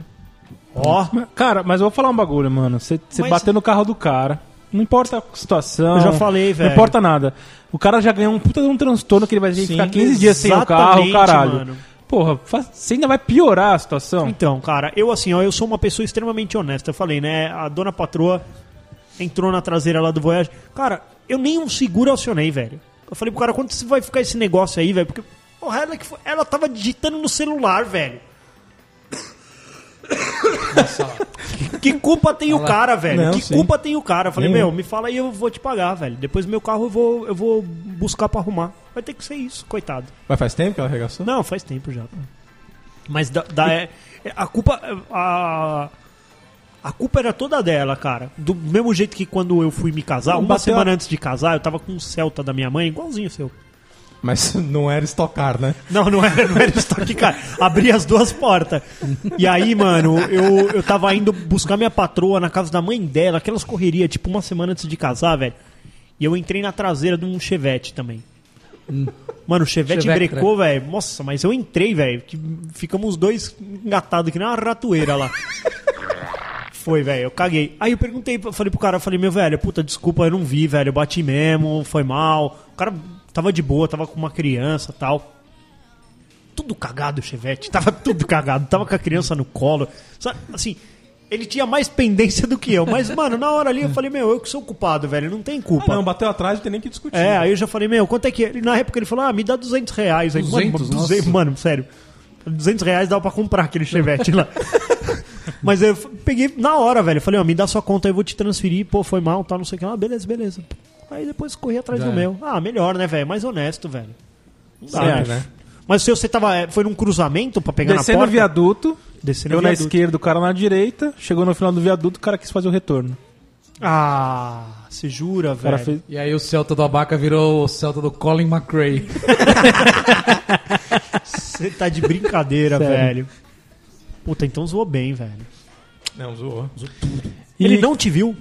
S3: Ó,
S5: Mas, Cara, mas eu vou falar um bagulho, mano. Você você
S3: Mas-
S5: bateu no carro do cara. Não importa a situação.
S3: Eu já falei, velho.
S5: Não importa nada. O cara já ganhou um puta de um transtorno que ele vai ter que
S2: Sim,
S5: ficar 15 dias sem o carro,
S3: exatamente,
S5: caralho.
S3: mano.
S5: Porra, faz- você ainda vai piorar a situação.
S3: então, cara, eu assim, ó, eu sou uma pessoa extremamente honesta. Eu falei, né? A dona patroa entrou na traseira lá do Voyage. Cara, eu nem um seguro acionei, velho. Eu falei pro cara, quanto você vai ficar esse negócio aí, velho? Porque, porra, ela, que foi- ela tava digitando no celular, velho. que culpa tem o cara, velho?
S2: Não,
S3: que
S2: sim.
S3: culpa tem o cara? Eu falei,
S2: Nenhum.
S3: meu, me fala aí, eu vou te pagar, velho. Depois meu carro eu vou, eu vou buscar pra arrumar. Vai ter que ser isso, coitado.
S2: Mas faz tempo que ela arregaçou?
S3: Não, faz tempo já. Mas da, da- é- é- a culpa. A, a culpa era toda dela, cara. Do mesmo jeito que quando eu fui me casar,
S2: Não,
S3: uma
S2: bateu
S3: semana
S2: a-
S3: antes de casar, eu tava com um Celta da minha mãe, igualzinho o seu.
S2: Mas <laughs> não era estocar, né?
S3: Não, não era, não era estoque, cara. Abri as duas portas. E aí, mano, eu, eu tava indo buscar minha patroa na casa da mãe dela, aquelas correrias, tipo, uma semana antes de casar, velho. E eu entrei na traseira de um Chevette também. Mano, o Chevette
S4: Chevectra.
S3: brecou, velho. Nossa, mas eu entrei, velho. que Ficamos os dois engatados que nem uma ratoeira lá. Foi, velho, eu caguei. Aí eu perguntei, eu falei pro cara, eu falei, meu velho, puta, desculpa, eu não vi, velho, eu bati mesmo, foi mal. O cara tava de boa, tava com uma criança tal. Tudo cagado o Chevette, tava tudo cagado, tava com a criança no colo. Sabe, assim, ele tinha mais pendência do que eu, mas, mano, na hora ali eu falei, meu, eu que sou o culpado, velho, não tem culpa.
S2: Não, bateu atrás, não tem nem que discutir.
S5: né?
S3: É, aí eu já falei, meu, quanto é que é? Ele, Na época ele falou, ah, me dá 200 reais. Aí,
S4: 200,
S3: mano, 200,
S4: nossa.
S3: mano, sério. 200 reais dava pra comprar aquele chevette
S4: <laughs>
S3: lá. Mas eu f- peguei na hora, velho. Eu Falei, ó, me dá sua conta, eu vou te transferir. Pô, foi mal, tal, não sei o que. Ah, beleza, beleza. Aí depois corri atrás
S4: Já
S3: do
S4: é.
S3: meu. Ah, melhor, né, velho? Mais honesto, velho. Não dá,
S2: Sempre,
S3: bicho.
S2: né?
S3: Mas se você tava. é, Foi num cruzamento pra pegar
S5: Descendo
S3: na
S5: o
S3: porta?
S5: viaduto,
S3: Descendo
S5: eu
S3: o
S5: na
S3: viaduto.
S5: esquerda, o cara na direita. Chegou no final do viaduto, o cara quis fazer o retorno.
S3: Ah, você jura,
S5: O
S2: É.
S5: cara
S3: velho?
S5: fez.
S4: E aí o Celta do Abaca virou o Celta do Colin McRae.
S3: Você tá de brincadeira,
S5: <laughs> Sério.
S3: velho. Puta, então zoou bem, velho.
S2: Não, zoou.
S3: Ele
S5: E-
S3: não te viu?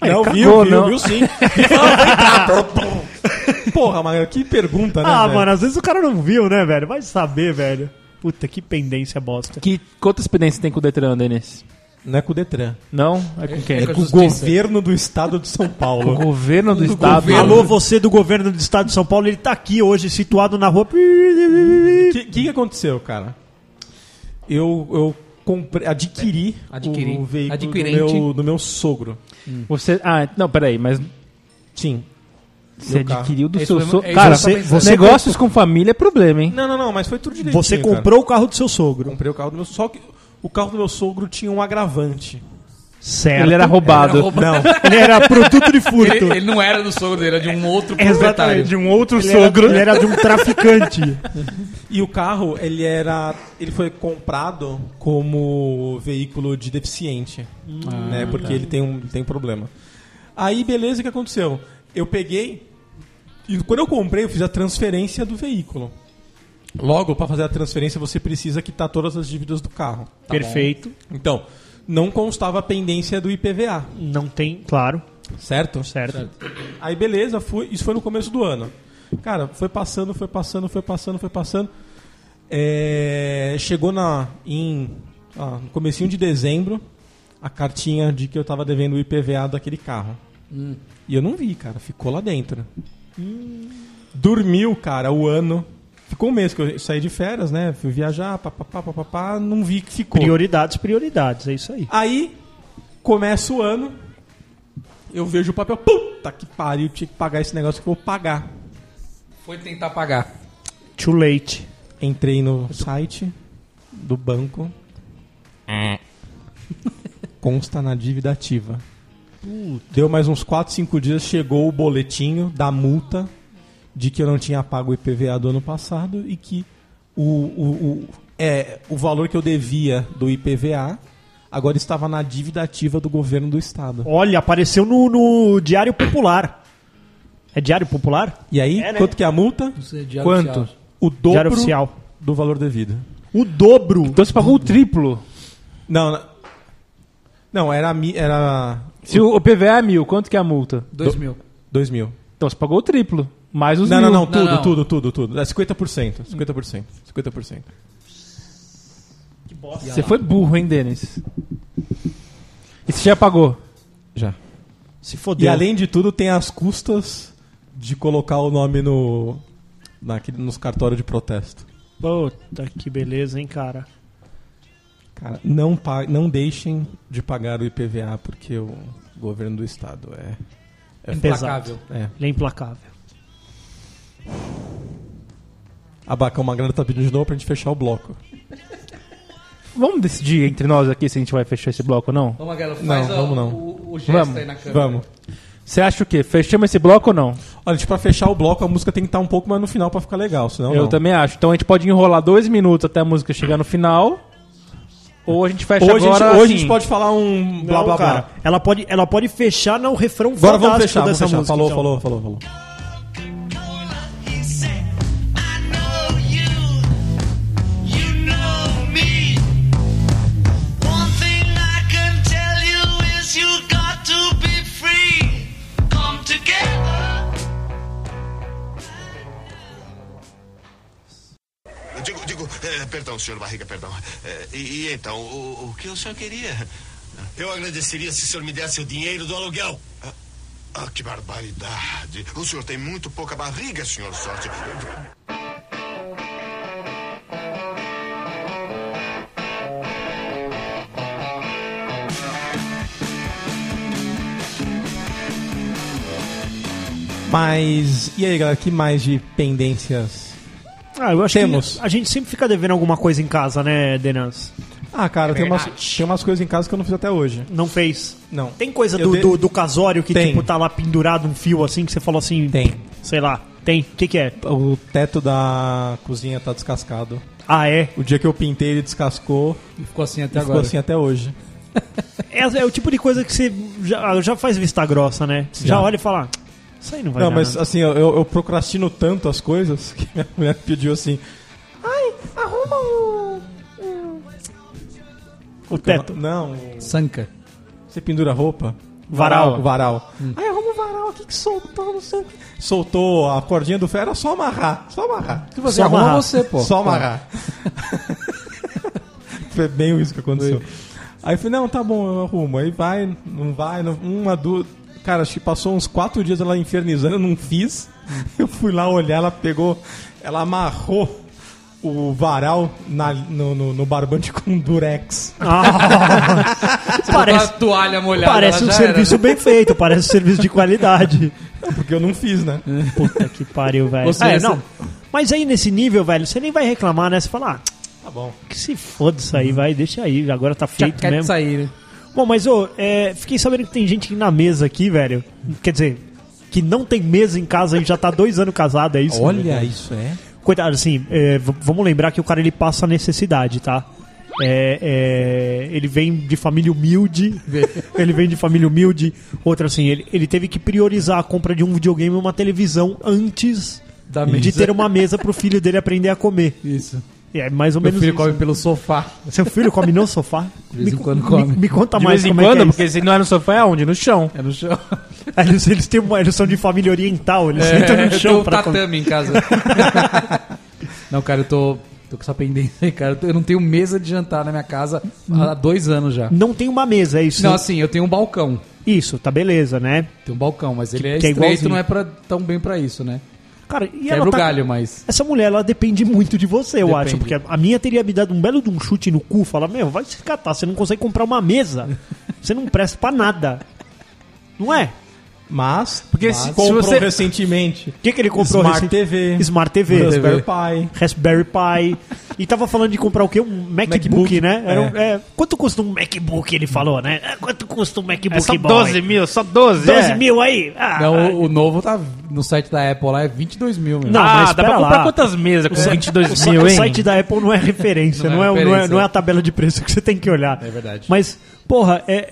S5: É, Não,
S3: Aí,
S5: viu,
S3: cagou,
S5: viu, viu <laughs>
S2: sim. <laughs> Porra, mas que pergunta, né?
S3: Ah,
S2: velho?
S3: mano, às vezes o cara não viu, né, velho? Vai saber, velho. Puta, que pendência bosta.
S5: Que, quantas pendências tem com o Detran, Denis?
S2: Não é com o Detran.
S5: Não? É com quem?
S4: é
S2: É com o
S4: Justiça.
S2: governo do estado de São
S5: <laughs> O
S2: Paulo.
S5: governo do estado.
S4: governo.
S3: Alô, você do governo do estado de São Paulo, ele tá aqui hoje, situado na rua.
S2: O que, que que aconteceu, cara? Eu, eu comprei, É, adquiri,
S4: Adquiri.
S2: o veículo do
S4: Adquirente.
S2: meu, do meu sogro.
S5: Você. Ah, não, peraí, mas
S2: Sim.
S5: você
S2: Meu carro.
S5: adquiriu do
S4: É isso
S5: seu
S4: mesmo-
S5: so...
S4: é isso
S5: Cara,
S4: mesmo que eu
S5: você,
S4: tava pensando.
S5: você- negócios com família é problema, hein?
S2: Não, não, não, mas foi tudo direitinho,
S3: Você
S2: cara.
S3: comprou o carro do seu sogro.
S2: Comprei o carro do meu sogro. Só que o carro do meu sogro tinha um agravante.
S3: Certo.
S5: Ele era
S2: Ah,
S5: roubado.
S4: Ele era roubado.
S3: Ele era produto de furto.
S4: <laughs> Ele, ele não era do sogro dele, era de um
S2: <laughs>
S4: outro
S3: Exatamente,
S4: proprietário.
S3: de um outro
S5: sogro. Tá
S3: Ele era de um traficante.
S2: E o carro, ele era. Ele foi comprado como veículo de deficiente. né? Porque ele tem um, tem um problema. Aí, beleza, o que aconteceu? Eu peguei. E quando eu comprei, eu fiz a transferência do veículo. Logo, para fazer a transferência, você precisa quitar todas as dívidas do carro.
S3: Perfeito.
S2: Então, não constava a pendência do IPVA,
S3: Não tem, claro,
S2: certo?
S3: certo.
S2: Né? Aí beleza, fui, isso foi no começo do ano. Cara, foi passando, foi passando, foi passando, foi passando. É, chegou na em ah, no comecinho de dezembro a cartinha de que eu tava devendo o IPVA daquele carro. E eu não vi, cara, ficou lá dentro. Dormiu, cara, o ano. Ficou um mês que eu saí de férias, né? Fui viajar, papapá, papapá, não vi que ficou.
S3: Prioridades, prioridades, é isso aí.
S2: Aí, começa o ano, eu vejo o papel, puta que pariu, tinha que pagar esse negócio que eu vou pagar.
S4: Foi tentar pagar.
S3: Too late.
S2: Entrei no site do banco. Consta na dívida ativa. Deu mais uns 4, 5 dias, chegou o boletinho da multa de que eu não tinha pago o IPVA do ano passado e que o, o, o, é, o valor que eu devia do IPVA agora estava na dívida ativa do governo do estado.
S3: Olha, apareceu no, no Diário Popular. É Diário Popular?
S2: E aí,
S3: É, né?
S2: quanto que é a multa?
S5: Quanto?
S2: O
S3: Diário
S2: dobro
S3: Oficial.
S2: do valor devido.
S3: O dobro.
S5: Então você pagou o triplo.
S2: Não, na- não era, mi- era
S5: Se o o PVA é mil, quanto que é a multa?
S4: 2 mil.
S2: 2 mil.
S5: Então você pagou o triplo. Mais os
S2: Não,
S5: mil.
S2: não, não, tudo,
S4: não.
S2: tudo, tudo, tudo. É 50%, 50%, 50%.
S5: Você foi burro, hein, Denis? E você já pagou?
S2: Já.
S3: Se
S2: E
S3: fodeu.
S2: além de tudo, tem as custas de colocar o nome no naquele, nos cartórios de protesto.
S3: Puta que beleza, hein, cara.
S2: Cara, não, pa- não deixem de pagar o IPVA, porque o governo do estado é.
S4: Implacável.
S2: é.
S3: Ele é implacável.
S2: Abacão Magrano tá pedindo de novo pra gente fechar o bloco.
S5: Vamos decidir entre nós aqui se a gente vai fechar esse bloco ou não?
S4: Ô, Magalhães,
S2: Não,
S4: faz a-
S2: vamos não.
S4: O, o gesto
S5: Vamos,
S4: aí na câmera.
S2: Vamos.
S5: Você acha o quê? Fechamos esse bloco ou não?
S2: Olha, tipo, pra fechar o bloco, a música tem que estar um pouco mais no final pra ficar legal, senão.
S5: Eu
S2: não.
S5: também acho. Então a gente pode enrolar dois minutos até a música chegar no final. Ou a gente fecha
S2: Hoje,
S5: agora.
S2: a gente, hoje
S5: assim.
S2: a gente pode falar um blá
S3: Não,
S2: blá
S3: cara.
S2: blá.
S3: Ela pode, ela pode fechar no refrão
S2: Agora vamos
S3: fantástico
S2: fechar, vamos
S3: dessa
S2: fechar.
S3: música.
S2: falou, falou,
S3: então.
S2: falou, falou.
S6: Eu digo, digo, eh, perdão, senhor Barriga, perdão. Eh, e, e então, o, o que o senhor queria? Eu agradeceria se o senhor me desse o dinheiro do aluguel. Ah, ah, que barbaridade. O senhor tem muito pouca barriga, senhor Sorte.
S2: Mas. E aí, galera, que mais de pendências?
S3: Ah, eu acho
S2: Temos.
S3: que a gente sempre fica devendo alguma coisa em casa, né, Denas?
S2: Ah, cara, tem umas, tem umas coisas em casa que eu não fiz até hoje.
S3: Não fez?
S2: Não.
S3: Tem coisa
S2: Eu
S3: do,
S2: de-
S3: do, do casório que,
S2: Tem.
S3: tipo, tá lá pendurado um fio assim, que você falou assim...
S2: Tem.
S3: Sei lá. Tem. O que que é?
S2: O teto da cozinha tá descascado.
S3: Ah, é?
S2: O dia que eu pintei, ele descascou
S4: E ficou assim até
S2: e
S4: agora.
S2: ficou assim até hoje.
S3: É, é o tipo de coisa que você já, ah, já faz vista grossa, né? Você Já
S2: Já.
S3: olha e fala, "Ah, isso aí não vai
S2: não,
S3: dar
S2: mas
S3: nada."
S2: assim, eu, eu procrastino tanto as coisas <laughs> que minha mulher pediu assim. um,
S3: O teto.
S2: Não,
S4: Sanca.
S2: você pendura a roupa?
S3: Varal. Hum.
S2: Varal. Aí arruma o varal aqui que soltou, não sei o que. Soltou a cordinha do ferro, era só amarrar. Só amarrar.
S4: Se você
S3: Só
S4: arruma,
S3: amarrar.
S4: você, pô.
S2: Só amarrar. <laughs> Foi bem isso que aconteceu. Aí eu falei, não, tá bom, eu arrumo. Aí vai, não vai, não- uma, duas. Cara, acho que passou uns quatro dias ela infernizando, eu não fiz. <laughs> Eu fui lá olhar, ela pegou, ela amarrou o varal na- no, no- no barbante <laughs> com durex.
S3: Ah,
S4: Parece...
S3: parece,
S4: Uma toalha molhada.
S3: parece
S4: ela
S3: um
S4: já era,
S3: serviço
S4: né?
S3: bem feito, parece um serviço de qualidade.
S2: Porque eu não fiz, né?
S3: Puta que pariu, velho.
S4: Você-
S3: é,
S4: você-
S3: não. Mas aí nesse nível, velho, você nem vai reclamar, né? Você fala, ah,
S2: Tá bom.
S3: que se foda isso aí, vai, deixa aí, agora tá
S4: Já
S3: feito
S4: quer
S3: mesmo.
S4: sair, né?
S3: Bom, mas ô, é, fiquei sabendo que tem gente na mesa aqui, velho. Quer dizer, que não tem mesa em casa e já tá dois anos casado, é isso?
S2: isso é.
S3: Coitado, assim, é, v- vamos lembrar que o cara ele passa necessidade, tá? É, é, ele vem de família
S4: <laughs>
S3: humilde. ele vem de família humilde. Outra, assim, ele, ele teve que priorizar a compra de um videogame e uma televisão antes
S4: Da
S3: de
S4: mesa.
S3: ter uma mesa pro filho dele aprender a comer.
S4: Isso.
S3: E É mais ou
S4: um Meu
S3: menos.
S4: filho
S3: isso.
S4: come pelo sofá.
S3: Seu filho come
S4: <laughs>
S3: no sofá?
S4: De vez em
S3: co-
S4: quando come.
S3: Me, me conta
S5: De
S3: mais
S5: vez em
S3: como é
S5: quando,
S3: que é isso.
S5: porque se não é no sofá, é onde? No chão.
S4: É no chão.
S3: <laughs> Aí Eles, eles têm uma, eles são de família oriental, eles
S4: <laughs>
S3: sentam
S4: É,
S3: no
S4: eu tenho
S3: chão
S4: um
S3: pra comer.
S4: tatame em casa. <laughs> não, cara, eu tô, tô com essa pendência <laughs> aí, cara. Eu tô- Eu não tenho mesa de jantar na minha casa há dois anos já.
S3: Não tem uma mesa, é isso?
S4: Não, assim, eu tenho um balcão.
S3: Isso, tá beleza, né?
S4: Tem um balcão, mas ele é
S3: que é
S4: estreito,
S3: igualzinho.
S4: não é pra, tão bem pra isso, né?
S3: Cara, e
S4: Quebra
S3: ela
S4: o
S3: tá-
S4: galho, mas...
S3: Essa mulher, ela depende muito de você, eu
S4: Depende.
S3: acho. Porque a minha teria me dado um belo de um chute no cu. Falar, meu, vai se catar, você não consegue comprar uma mesa. Você não presta pra nada. Não é?
S2: Mas,
S5: Porque
S2: mas
S5: se- se
S2: comprou
S5: você-
S2: recentemente
S3: O que, que ele comprou
S2: Smart
S3: recente-
S2: TV.
S3: Smart TV.
S2: Raspberry Pi.
S3: Raspberry Pi. E tava falando de comprar o quê? Um MacBook,
S2: MacBook,
S3: né? Era um-
S2: é.
S3: é, quanto custa um MacBook, ele falou, né? Ah, Quanto custa um
S2: É,
S3: MacBook boy?
S5: É mil, só é? 12.
S3: 12 mil aí? Ah,
S4: É. Não, o novo tá no site da Apple lá, é 22 mil, meu.
S3: Não,
S5: ah,
S3: mas
S5: dá
S3: pera
S5: pra comprar
S3: lá.
S5: quantas mesas com 22
S3: o,
S5: mil,
S3: o
S5: hein?
S3: site da Apple não é referência,
S4: Não
S3: não,
S4: é
S3: é, não, é,
S4: referência.
S3: não é a tabela de preço que você tem que olhar.
S4: É verdade.
S3: Mas, porra, é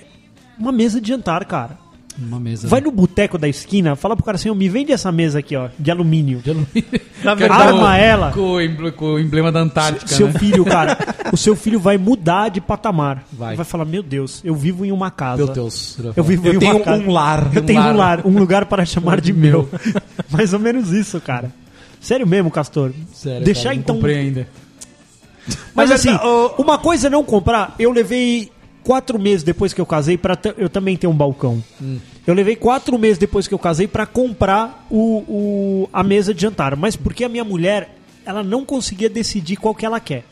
S3: uma mesa de jantar, cara.
S4: Uma mesa.
S3: Vai no boteco da esquina, fala pro cara assim, "Ô, me vende essa mesa aqui, ó, de alumínio. <laughs>
S4: Na
S3: verdade- Arma ela.
S4: Com o, emble- com o emblema da Antártica,
S3: seu
S4: um né?
S3: filho,
S4: <laughs>
S3: cara, o seu filho vai mudar de patamar.
S4: Vai.
S3: Vai falar, meu Deus, eu vivo em uma casa.
S4: Meu Deus.
S3: Eu vivo em
S2: eu tenho
S3: uma casa.
S2: um lar.
S3: Eu
S4: um
S3: tenho um
S4: lar.
S3: lar, um lugar para chamar de meu. <laughs> Mais ou menos isso, cara. Sério mesmo, Castor?
S4: Sério,
S3: Deixar
S4: cara, não
S3: então.
S4: comprei ainda.
S3: Mas
S5: Mas,
S3: assim,
S5: ô-
S3: uma coisa é não comprar. Eu levei quatro meses depois que eu casei para eu também ter um balcão.
S4: Hum.
S3: Eu levei quatro meses depois que eu casei para comprar o, o- a mesa de jantar. Mas porque a minha mulher ela não conseguia decidir qual que ela quer.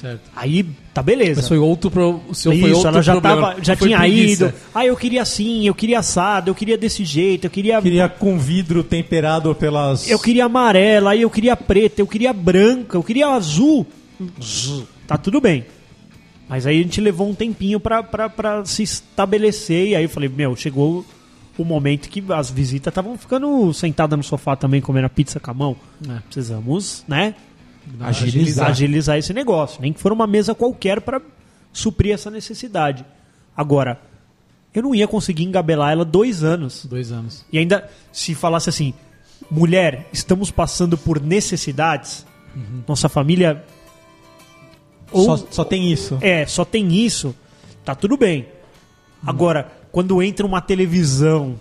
S4: Certo.
S3: Aí tá beleza.
S4: Mas foi outro pro... O seu foi
S3: Isso,
S4: outro
S3: ela já,
S4: problema.
S3: tava, já
S4: Foi
S3: tinha
S4: preguiça.
S3: ido. Ah, eu queria assim, eu queria assado, eu queria desse jeito, eu queria.
S2: Queria com vidro temperado pelas.
S3: Eu queria amarela, aí eu queria preta, eu queria branca, eu queria azul. Zzz, Tá tudo bem. Mas aí a gente levou um tempinho pra, pra, pra se estabelecer. E aí eu falei, meu, chegou o momento que as visitas estavam ficando sentadas no sofá também, comendo a pizza com a mão. Precisamos, né?
S2: Agilizar.
S3: agilizar esse negócio. Nem que for uma mesa qualquer pra suprir essa necessidade. Agora, eu não ia conseguir engabelar ela dois anos.
S4: Dois anos.
S3: E ainda se falasse assim, mulher, estamos passando por necessidades, nossa família
S2: Só,
S3: ou-
S2: só tem isso.
S3: é só tem isso, tá tudo bem. Agora, quando entra uma televisão,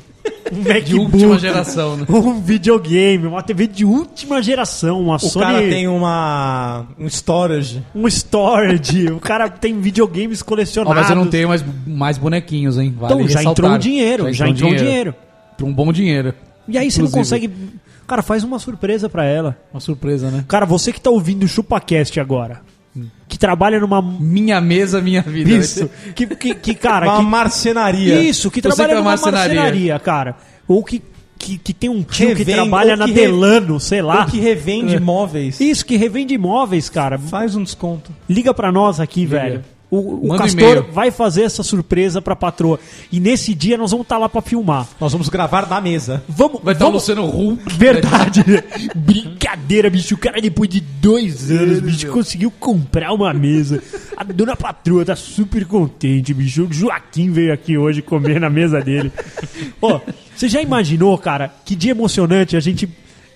S3: um
S4: <laughs> De última
S3: MacBook,
S4: geração, né?
S3: um videogame, uma TV de última geração, uma
S2: O
S3: Sony,
S2: cara tem uma. um storage.
S3: um storage, o cara tem videogames
S4: Ó,
S3: colecionados.
S4: mas eu não tenho mais, mais bonequinhos, hein? Vale
S3: Então, já
S4: ressaltar.
S3: entrou um dinheiro, já, entrou um dinheiro.
S4: Entrou um bom dinheiro.
S3: E aí você não
S4: Inclusive.
S3: consegue... Cara, faz uma surpresa pra ela.
S4: Uma surpresa, né?
S3: Cara, você que tá ouvindo o ChupaCast agora, que trabalha numa.
S4: Minha mesa, minha vida.
S3: Isso. Que, que, que,
S5: É
S3: cara.
S2: Uma
S3: Que,
S2: marcenaria.
S3: isso, que
S4: Você que
S3: trabalha
S4: é
S3: numa
S4: marcenaria.
S3: marcenaria, cara. Ou que, que, que tem um tio que
S2: Revém,
S3: trabalha
S2: ou
S3: na
S2: que re-
S3: Delano, sei lá.
S2: Ou que
S5: ah.
S2: revende móveis.
S3: Isso, que revende imóveis, cara.
S2: Faz um desconto.
S3: Liga pra nós aqui, velho. O, o
S4: Manda um
S3: Castor
S4: e-mail.
S3: vai fazer essa surpresa pra patroa. E nesse dia nós vamos estar lá pra filmar.
S2: Nós vamos gravar na mesa.
S3: Vamos,
S4: Vai estar o
S3: vamos...
S4: Luciano Huck.
S3: Verdade. Brincadeira, bicho. O cara, depois de dois anos, bicho, conseguiu comprar uma mesa. A dona patroa tá super contente, bicho. O Joaquim veio aqui hoje comer na mesa dele. Ó, você já imaginou, cara, que dia emocionante a gente.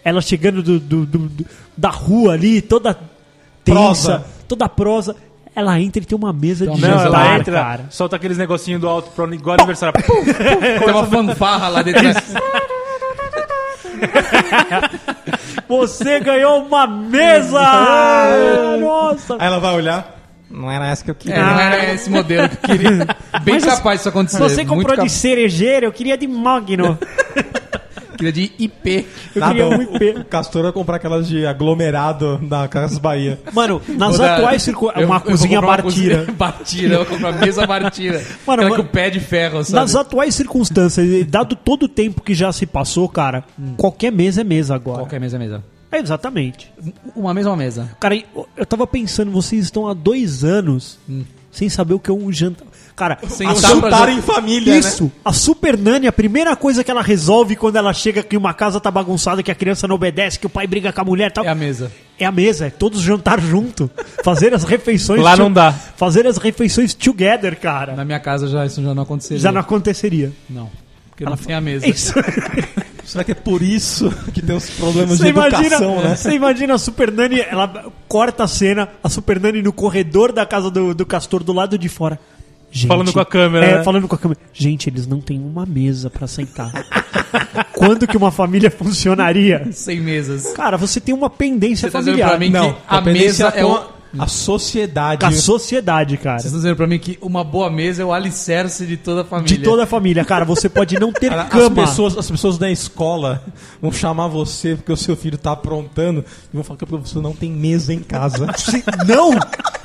S3: Ela chegando do, do- do- do- da rua ali, toda tensa,
S2: Prosa.
S3: toda prosa. Ela entra e tem uma mesa de
S4: uma
S5: Não,
S4: mesa
S3: jantar,
S2: tá,
S5: ela entra,
S3: cara.
S5: solta aqueles negocinhos do alto pro igual aniversário. Pum!
S4: Tem uma fanfarra lá dentro. né?
S3: Você ganhou uma mesa! Nossa!
S2: Aí ela vai olhar. Não era essa que eu
S4: É,
S2: queria.
S4: não era esse modelo que eu
S3: <laughs>
S4: queria. Bem
S3: Ah. Mas
S4: capaz isso acontecer.
S3: Você
S4: É, Muito
S3: comprou de
S4: capaz.
S3: cerejeira, eu queria de
S4: <laughs>
S3: Magno.
S4: Queria de IP.
S3: Eu
S2: Nada,
S3: queria um
S2: o, Tá o
S3: IP.
S2: Castor vai comprar aquelas de aglomerado da Casas Bahia.
S3: Mano, nas
S4: Vou dar-
S3: atuais circunstâncias.
S4: eu-
S3: Uma
S4: eu vou
S3: cozinha
S4: comprar uma
S3: bartira.
S4: <laughs> cozinha Bartira, eu vou comprar mesa bartira.
S3: Mano,
S4: Aquela
S3: mano-
S4: com o pé de ferro,
S3: <laughs>
S4: sabe?
S3: Nas atuais circunstâncias, e dado todo o tempo que já se passou, cara, qualquer mesa é mesa agora.
S4: Hum. Qualquer mesa é mesa.
S3: É, exatamente.
S4: Uma mesa é uma mesa.
S3: Cara, eu- eu tava pensando, vocês estão há dois anos sem saber o que é um jantar. Cara,
S4: Hum. Sem
S3: a
S4: usar
S3: su-
S4: pra né?
S2: Juntaram
S4: ju-
S2: em família,
S3: isso, a Super Nani, a primeira coisa que ela resolve quando ela chega que uma casa tá bagunçada, que a criança não obedece, que o pai briga com a mulher e tal.
S4: É a mesa.
S3: É a mesa, é todos jantar junto. Fazer as refeições.
S5: Lá
S3: to-
S5: não dá.
S3: Fazer as refeições together, cara.
S2: é
S4: Na minha casa já, isso já não aconteceria.
S3: Já não aconteceria.
S4: Não. Porque não tem a
S2: é
S4: mesa.
S3: Isso.
S2: né? Será que é por isso que tem os problemas
S3: Você
S2: de educação,
S3: imagina,
S2: né?
S3: você imagina a Super Nani, ela corta a cena, a Super Nani no corredor da casa do, do Castor, do lado de fora. Gente,
S5: Falando com a câmera,
S3: É,
S5: né?
S3: falando com a câmera. Gente, eles não têm uma mesa pra sentar. <laughs> Quando que uma família funcionaria?
S4: Sem mesas.
S3: Cara, você tem uma pendência
S4: Você tá dizendo
S3: familiar.
S4: pra mim
S2: Não,
S4: que a
S2: dependência
S4: mesa é
S2: com
S4: o...
S2: a, a sociedade.
S3: Com a sociedade, cara.
S4: Vocês estão dizendo pra mim que uma boa mesa é o alicerce de toda a família.
S3: De toda a família, cara. Você pode não ter
S2: Cara, As
S3: cama.
S2: pessoas, as pessoas da escola vão chamar você porque o seu filho tá aprontando e vão falar que o professor não tem mesa em casa.
S3: Você- não!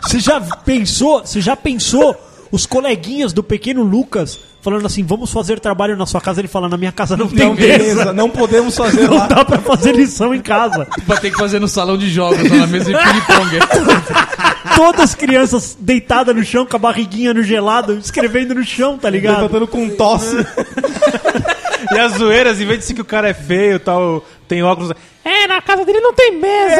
S3: Você já pensou? Você já pensou? Os coleguinhas do pequeno Lucas falando assim, vamos fazer trabalho na sua casa. Ele fala, na minha casa não, tem
S2: Então, beleza,
S3: mesa.
S2: não podemos fazer
S3: Não
S2: lá.
S3: dá pra fazer lição em casa.
S4: Vai ter Tipo, que fazer no salão de jogos, lá na mesa de ping-pong.
S3: Todas as crianças deitadas no chão, com a barriguinha no gelado, escrevendo no chão, tá ligado?
S2: Levantando com um tosse.
S5: E as zoeiras, em vez de dizer que o cara é feio tal, tem óculos. É, na casa dele não tem mesa,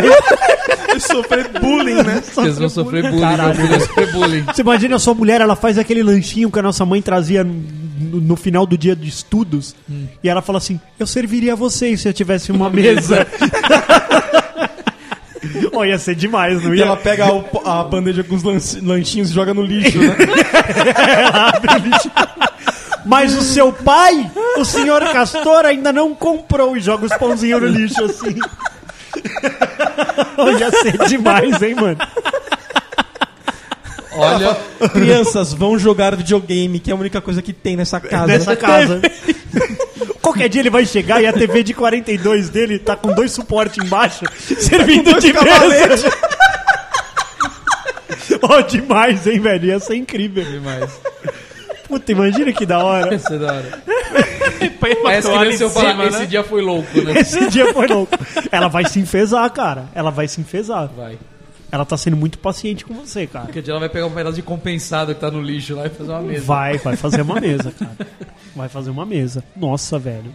S5: viu?
S3: É.
S2: <laughs> Sofrer bullying, né?
S4: Vocês vão sofrer bullying, meu filho vai sofrer bullying.
S3: Você imagina a sua mulher, ela faz aquele lanchinho que a nossa mãe trazia no, no final do dia de estudos. E ela fala assim: Eu serviria a vocês se eu tivesse uma mesa. <laughs> Ó, ia ser demais, não
S2: E
S3: ia?
S2: ela pega o po- a bandeja com os lanci- lanchinhos e joga no lixo, né?
S3: <laughs> Mas o seu pai, o senhor Castor, ainda não comprou e joga os pãozinhos no lixo assim. <laughs> Ó, ia ser demais, hein, mano?
S4: Olha,
S2: Crianças, vão jogar videogame, que é a única coisa que tem nessa casa.
S3: Nessa casa. <laughs> Qualquer dia ele vai chegar e a TV de 42 dele tá com dois suportes <laughs> embaixo, servindo de mesa. <laughs> Ó, demais, hein, velho? Ia ser incrível.
S4: demais.
S3: Puta, imagina que da hora.
S4: Isso é da hora. Parece que nem se eu falar, esse dia foi louco, né?
S3: Esse dia foi louco. Ela vai se enfesar, cara. Ela vai se enfesar.
S4: Vai.
S3: Ela tá sendo muito paciente com você, cara.
S4: Porque dia ela vai pegar um pedaço de compensado que tá no lixo lá e fazer uma mesa.
S3: Vai, vai fazer uma mesa, cara. Vai fazer uma mesa. Nossa, velho.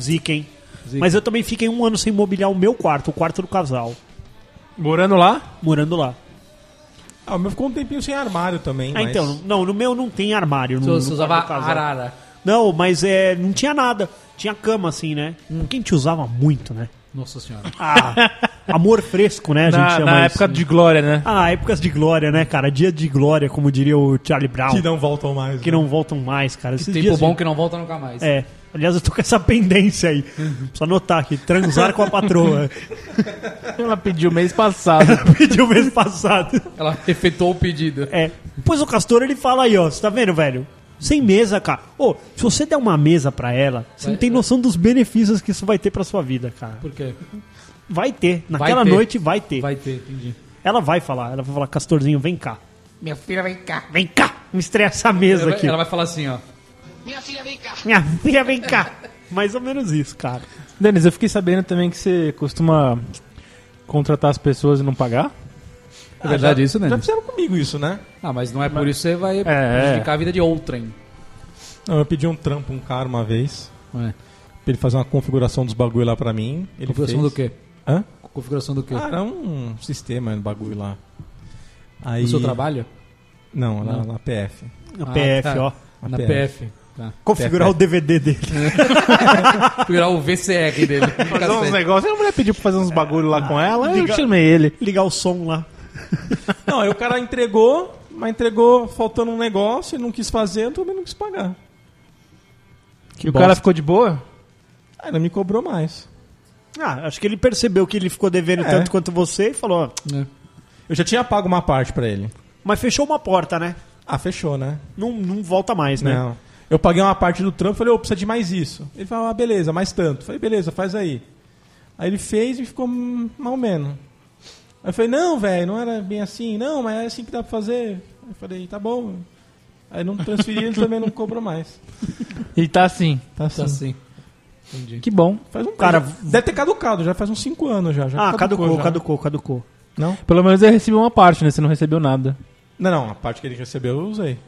S3: Zica, hein? Mas eu também fiquei um ano sem mobiliar o meu quarto, o quarto do casal,
S5: Morando lá?
S3: morando lá.
S2: Ah, o meu ficou um tempinho sem armário também,
S3: Ah,
S2: mas...
S3: então, não, no meu não tem armário. No,
S4: Você
S3: no quarto
S4: você usava
S3: do casal.
S4: arara.
S3: Não, mas é, não tinha nada. Tinha cama, assim, né? Quem te usava muito, né?
S4: Nossa senhora.
S3: Ah, amor fresco, né? A gente
S5: Na,
S3: chama isso.
S5: na época de glória, né?
S3: Ah, épocas de glória, né, cara? Dia de glória, como diria o Charlie Brown.
S2: Que não voltam mais.
S3: que
S2: né?
S3: não voltam mais, cara. Esses
S4: Tempo
S3: dias-
S4: bom que não volta nunca mais.
S3: É. Aliás, eu tô com essa pendência aí. Só anotar aqui. Transar com a patroa.
S5: Ela pediu mês passado.
S2: <laughs>
S3: Pediu mês passado.
S4: Ela efetuou o pedido.
S3: É. Pois o Castor, ele fala aí, ó. Você tá vendo, velho? Sem mesa, cara. Ô, se você der uma mesa pra ela, você
S4: Vai-
S3: não
S5: é.
S3: tem noção dos benefícios que isso vai ter pra sua vida, cara.
S4: Por quê?
S3: Vai ter. Naquela
S4: ter.
S3: noite vai ter.
S4: Vai ter, entendi.
S3: Ela vai falar. Ela vai falar, Castorzinho, vem cá.
S7: Minha filha, vem cá.
S3: Vem cá. Me estreia essa mesa
S4: Ela vai,
S3: aqui.
S4: ela vai falar assim, ó.
S7: Minha filha, vem cá.
S3: Minha filha, vem cá. Mais ou menos isso, cara.
S5: Denis, eu fiquei sabendo também que você costuma contratar as pessoas e não pagar.
S4: É verdade isso, né?
S2: Já fizeram comigo isso, né?
S4: Ah, mas não é por isso que você vai
S5: é.
S4: prejudicar a vida de outrem.
S2: <laughs> Não, eu pedi um trampo, um cara, uma vez.
S4: É.
S2: Pra ele fazer uma configuração dos bagulho lá pra mim. Ele
S4: Configuração
S2: fez.
S4: do quê?
S2: Hã?
S4: Configuração do quê?
S2: Ah, era um sistema no bagulho lá. Aí...
S4: no seu trabalho?
S2: Não, lá na PF.
S3: Na
S4: Ah,
S3: PF,
S4: tá.
S3: ó.
S2: A
S4: Na
S2: PF.
S4: PF. Tá.
S3: Configurar o DVD dele.
S4: Configurar o VCR dele.
S5: Fazer uns negócios. A mulher pediu pra fazer uns bagulho lá com ela, eu
S3: Diga-
S5: chamei ele.
S3: Ligar o som lá.
S2: Não, aí o cara entregou, mas entregou faltando um negócio, ele não quis fazer, eu também não quis pagar.
S5: e o cara ficou de boa?
S2: Aí não me cobrou mais.
S3: Ah, acho que ele percebeu que ele ficou devendo
S2: É.
S3: tanto quanto você e falou, ó,
S2: Eu já tinha pago uma parte pra ele.
S3: mas fechou uma porta, né?
S2: Ah, fechou, né?
S3: Não, não volta mais, né?
S2: Não. Eu paguei uma parte do trampo, falei, ô, precisa de mais isso. Ele falou, ah, beleza, mais tanto. Falei, beleza, faz aí. Aí ele fez e ficou hum, mal menos. Aí eu falei, não, velho, não era bem assim. Não, mas é assim que dá pra fazer. Aí eu falei, tá bom. Aí não transferi, ele também não cobrou mais.
S5: E tá assim.
S2: Tá assim.
S4: Tá assim. Entendi.
S5: Que bom.
S2: Faz um
S3: Cara,
S2: cara. Deve ter caducado, já faz uns 5 anos já. já
S3: Ah, caducou,
S2: já.
S3: caducou, caducou.
S2: Não?
S5: Pelo menos eu recebi uma parte, né? Você não recebeu nada.
S2: Não, não, a parte que ele recebeu eu usei.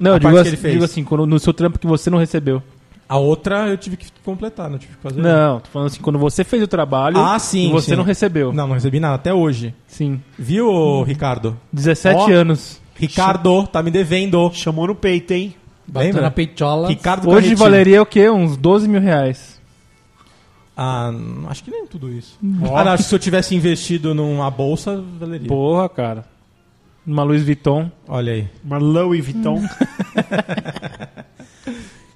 S5: Não,
S2: A
S5: eu digo,
S2: parte que
S5: assim-
S2: ele fez.
S5: digo assim, quando- no seu trampo que você não recebeu.
S2: A outra eu tive que completar, não tive que fazer.
S5: Não, tô falando assim, quando você fez o trabalho
S2: Hum. Ah, sim,
S5: e você
S2: sim.
S5: não recebeu.
S2: Não, não recebi nada até hoje.
S5: Sim.
S2: Viu, Ricardo?
S5: 17
S2: Ó.
S5: anos.
S2: Ricardo, tá me devendo.
S3: Chamou no peito, hein?
S4: Bateu
S2: Lembra?
S4: na peitola.
S2: Ricardo
S5: Hoje
S2: Carretinho.
S5: valeria o quê? Uns 12 mil reais.
S2: Ah, não, acho que nem tudo isso.
S3: Uhum.
S2: Ah, não, acho que se eu tivesse investido numa bolsa, valeria.
S5: Porra, cara. Uma Louis Vuitton.
S2: Olha aí.
S3: Uma Louis Vuitton.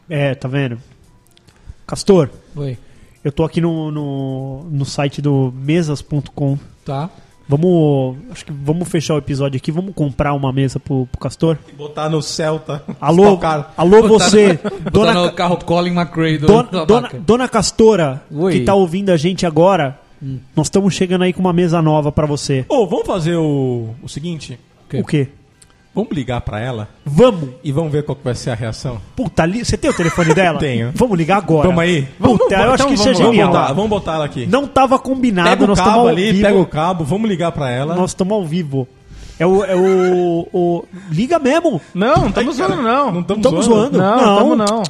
S3: é, tá vendo? Castor,
S4: Foi.
S3: eu tô aqui no, no, no site do mesas.com.
S4: Tá.
S3: Vamos. Acho que vamos fechar o episódio aqui. Vamos comprar uma mesa pro, pro Castor.
S2: E botar no Celta.
S3: <laughs> Alô,
S2: Cara.
S3: alô você,
S4: Botar
S3: dona,
S4: no carro Colin McRae do,
S3: Dona,
S4: do
S3: dona,
S4: Abaca.
S3: dona Castora,
S4: Oi.
S3: que tá ouvindo a gente agora, nós estamos chegando aí com uma mesa nova pra você.
S2: Ô, vamos fazer o, o seguinte?
S4: Quê?
S3: O quê?
S2: Vamos ligar pra ela
S3: Vamos.
S2: e vamos ver qual que vai ser a reação?
S3: Puta, li... você tem o telefone dela?
S2: <laughs> Tenho.
S3: Vamos ligar agora.
S2: Vamos aí?
S3: Puta, eu acho que isso é
S2: vamos,
S3: genial.
S2: Vamos botar, vamos botar ela aqui.
S3: Não tava combinado,
S2: pega o
S3: nós
S2: cabo
S3: estamos ao
S2: ali,
S3: vivo.
S2: pega o cabo, vamos ligar pra ela.
S3: Nós estamos ao vivo. É o. É o, o- Liga mesmo!
S5: Não, não estamos zoando, não.
S2: Não estamos
S3: Estamos
S2: zoando.
S3: zoando.
S5: Não,
S3: Não.
S5: não, não.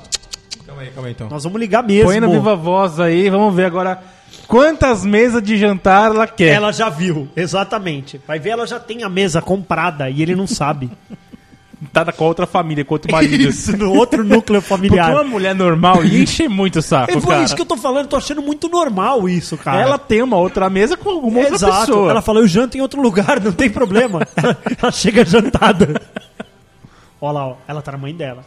S2: Calma aí, calma aí então.
S3: Nós vamos ligar mesmo.
S5: Põe na viva voz aí, vamos ver agora quantas mesas de jantar ela quer.
S3: Ela já viu, exatamente. Vai ver, ela já tem a mesa comprada e ele não
S2: <laughs>
S3: sabe.
S5: tá com a outra família, com outro marido.
S3: Isso no outro núcleo
S5: Porque uma
S3: familiar.
S5: mulher normal ia encher muito o saco,
S3: É por
S5: cara.
S3: isso que eu tô falando, eu tô achando muito normal isso, cara.
S5: Ela tem uma outra mesa com alguma outra
S3: Exato.
S5: pessoa.
S3: Ela fala, eu janto em outro lugar, não tem <laughs> problema. ela chega jantada. Olha lá, ó. ela tá na mãe dela.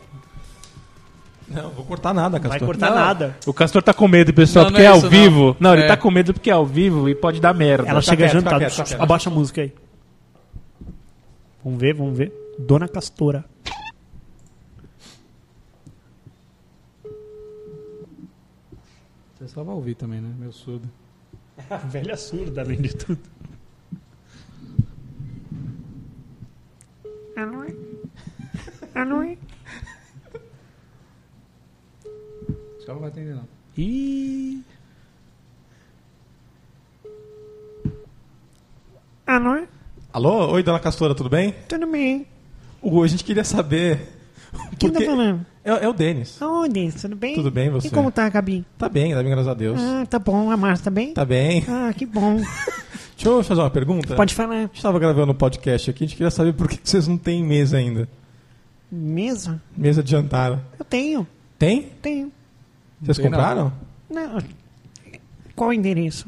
S2: Não, vou cortar nada,
S3: Não vai
S2: Castor.
S3: cortar
S4: Não.
S3: nada.
S5: O Castor tá com medo, pessoal,
S4: Não,
S5: porque
S4: não é
S5: é, ao
S4: isso, não.
S5: vivo. Não, ele
S4: É.
S5: tá com medo porque é ao vivo e pode dar merda.
S3: Ela chega
S2: quieto,
S3: jantada.
S2: tá quieto, tá quieto.
S3: Abaixa a música aí. Vamos ver, vamos ver. Dona Castora.
S4: Você só vai ouvir também, né? Meu surdo.
S3: A <laughs> velha surda, além de tudo.
S4: Acho que ela não vai atender, não.
S5: Ih,
S2: Alô? Oi, dona Castora, tudo bem?
S8: Tudo bem?
S2: Hugo, a gente queria saber.
S8: Quem
S2: porque-
S8: tá falando?
S2: É, é o Denis.
S3: Ah.
S8: Ô, Denis, tudo bem?
S2: Tudo bem, você?
S8: E como tá, Gabi?
S2: Tá bem, tá bem, graças a Deus.
S8: Ah, tá bom. A Márcia tá bem?
S2: Tá bem.
S8: Ah, que bom.
S2: Deixa eu fazer uma pergunta.
S8: Pode falar.
S2: A gente tava gravando um podcast aqui, a gente queria saber por que vocês não têm mesa ainda.
S8: Mesmo?
S2: Mesa de jantar.
S8: Eu tenho,
S2: Tem?
S8: tenho.
S2: Vocês
S4: tem, não.
S2: compraram?
S8: Não. Qual o endereço?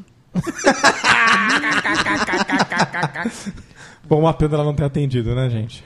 S2: Bom, uma pena ela não ter atendido, né, gente?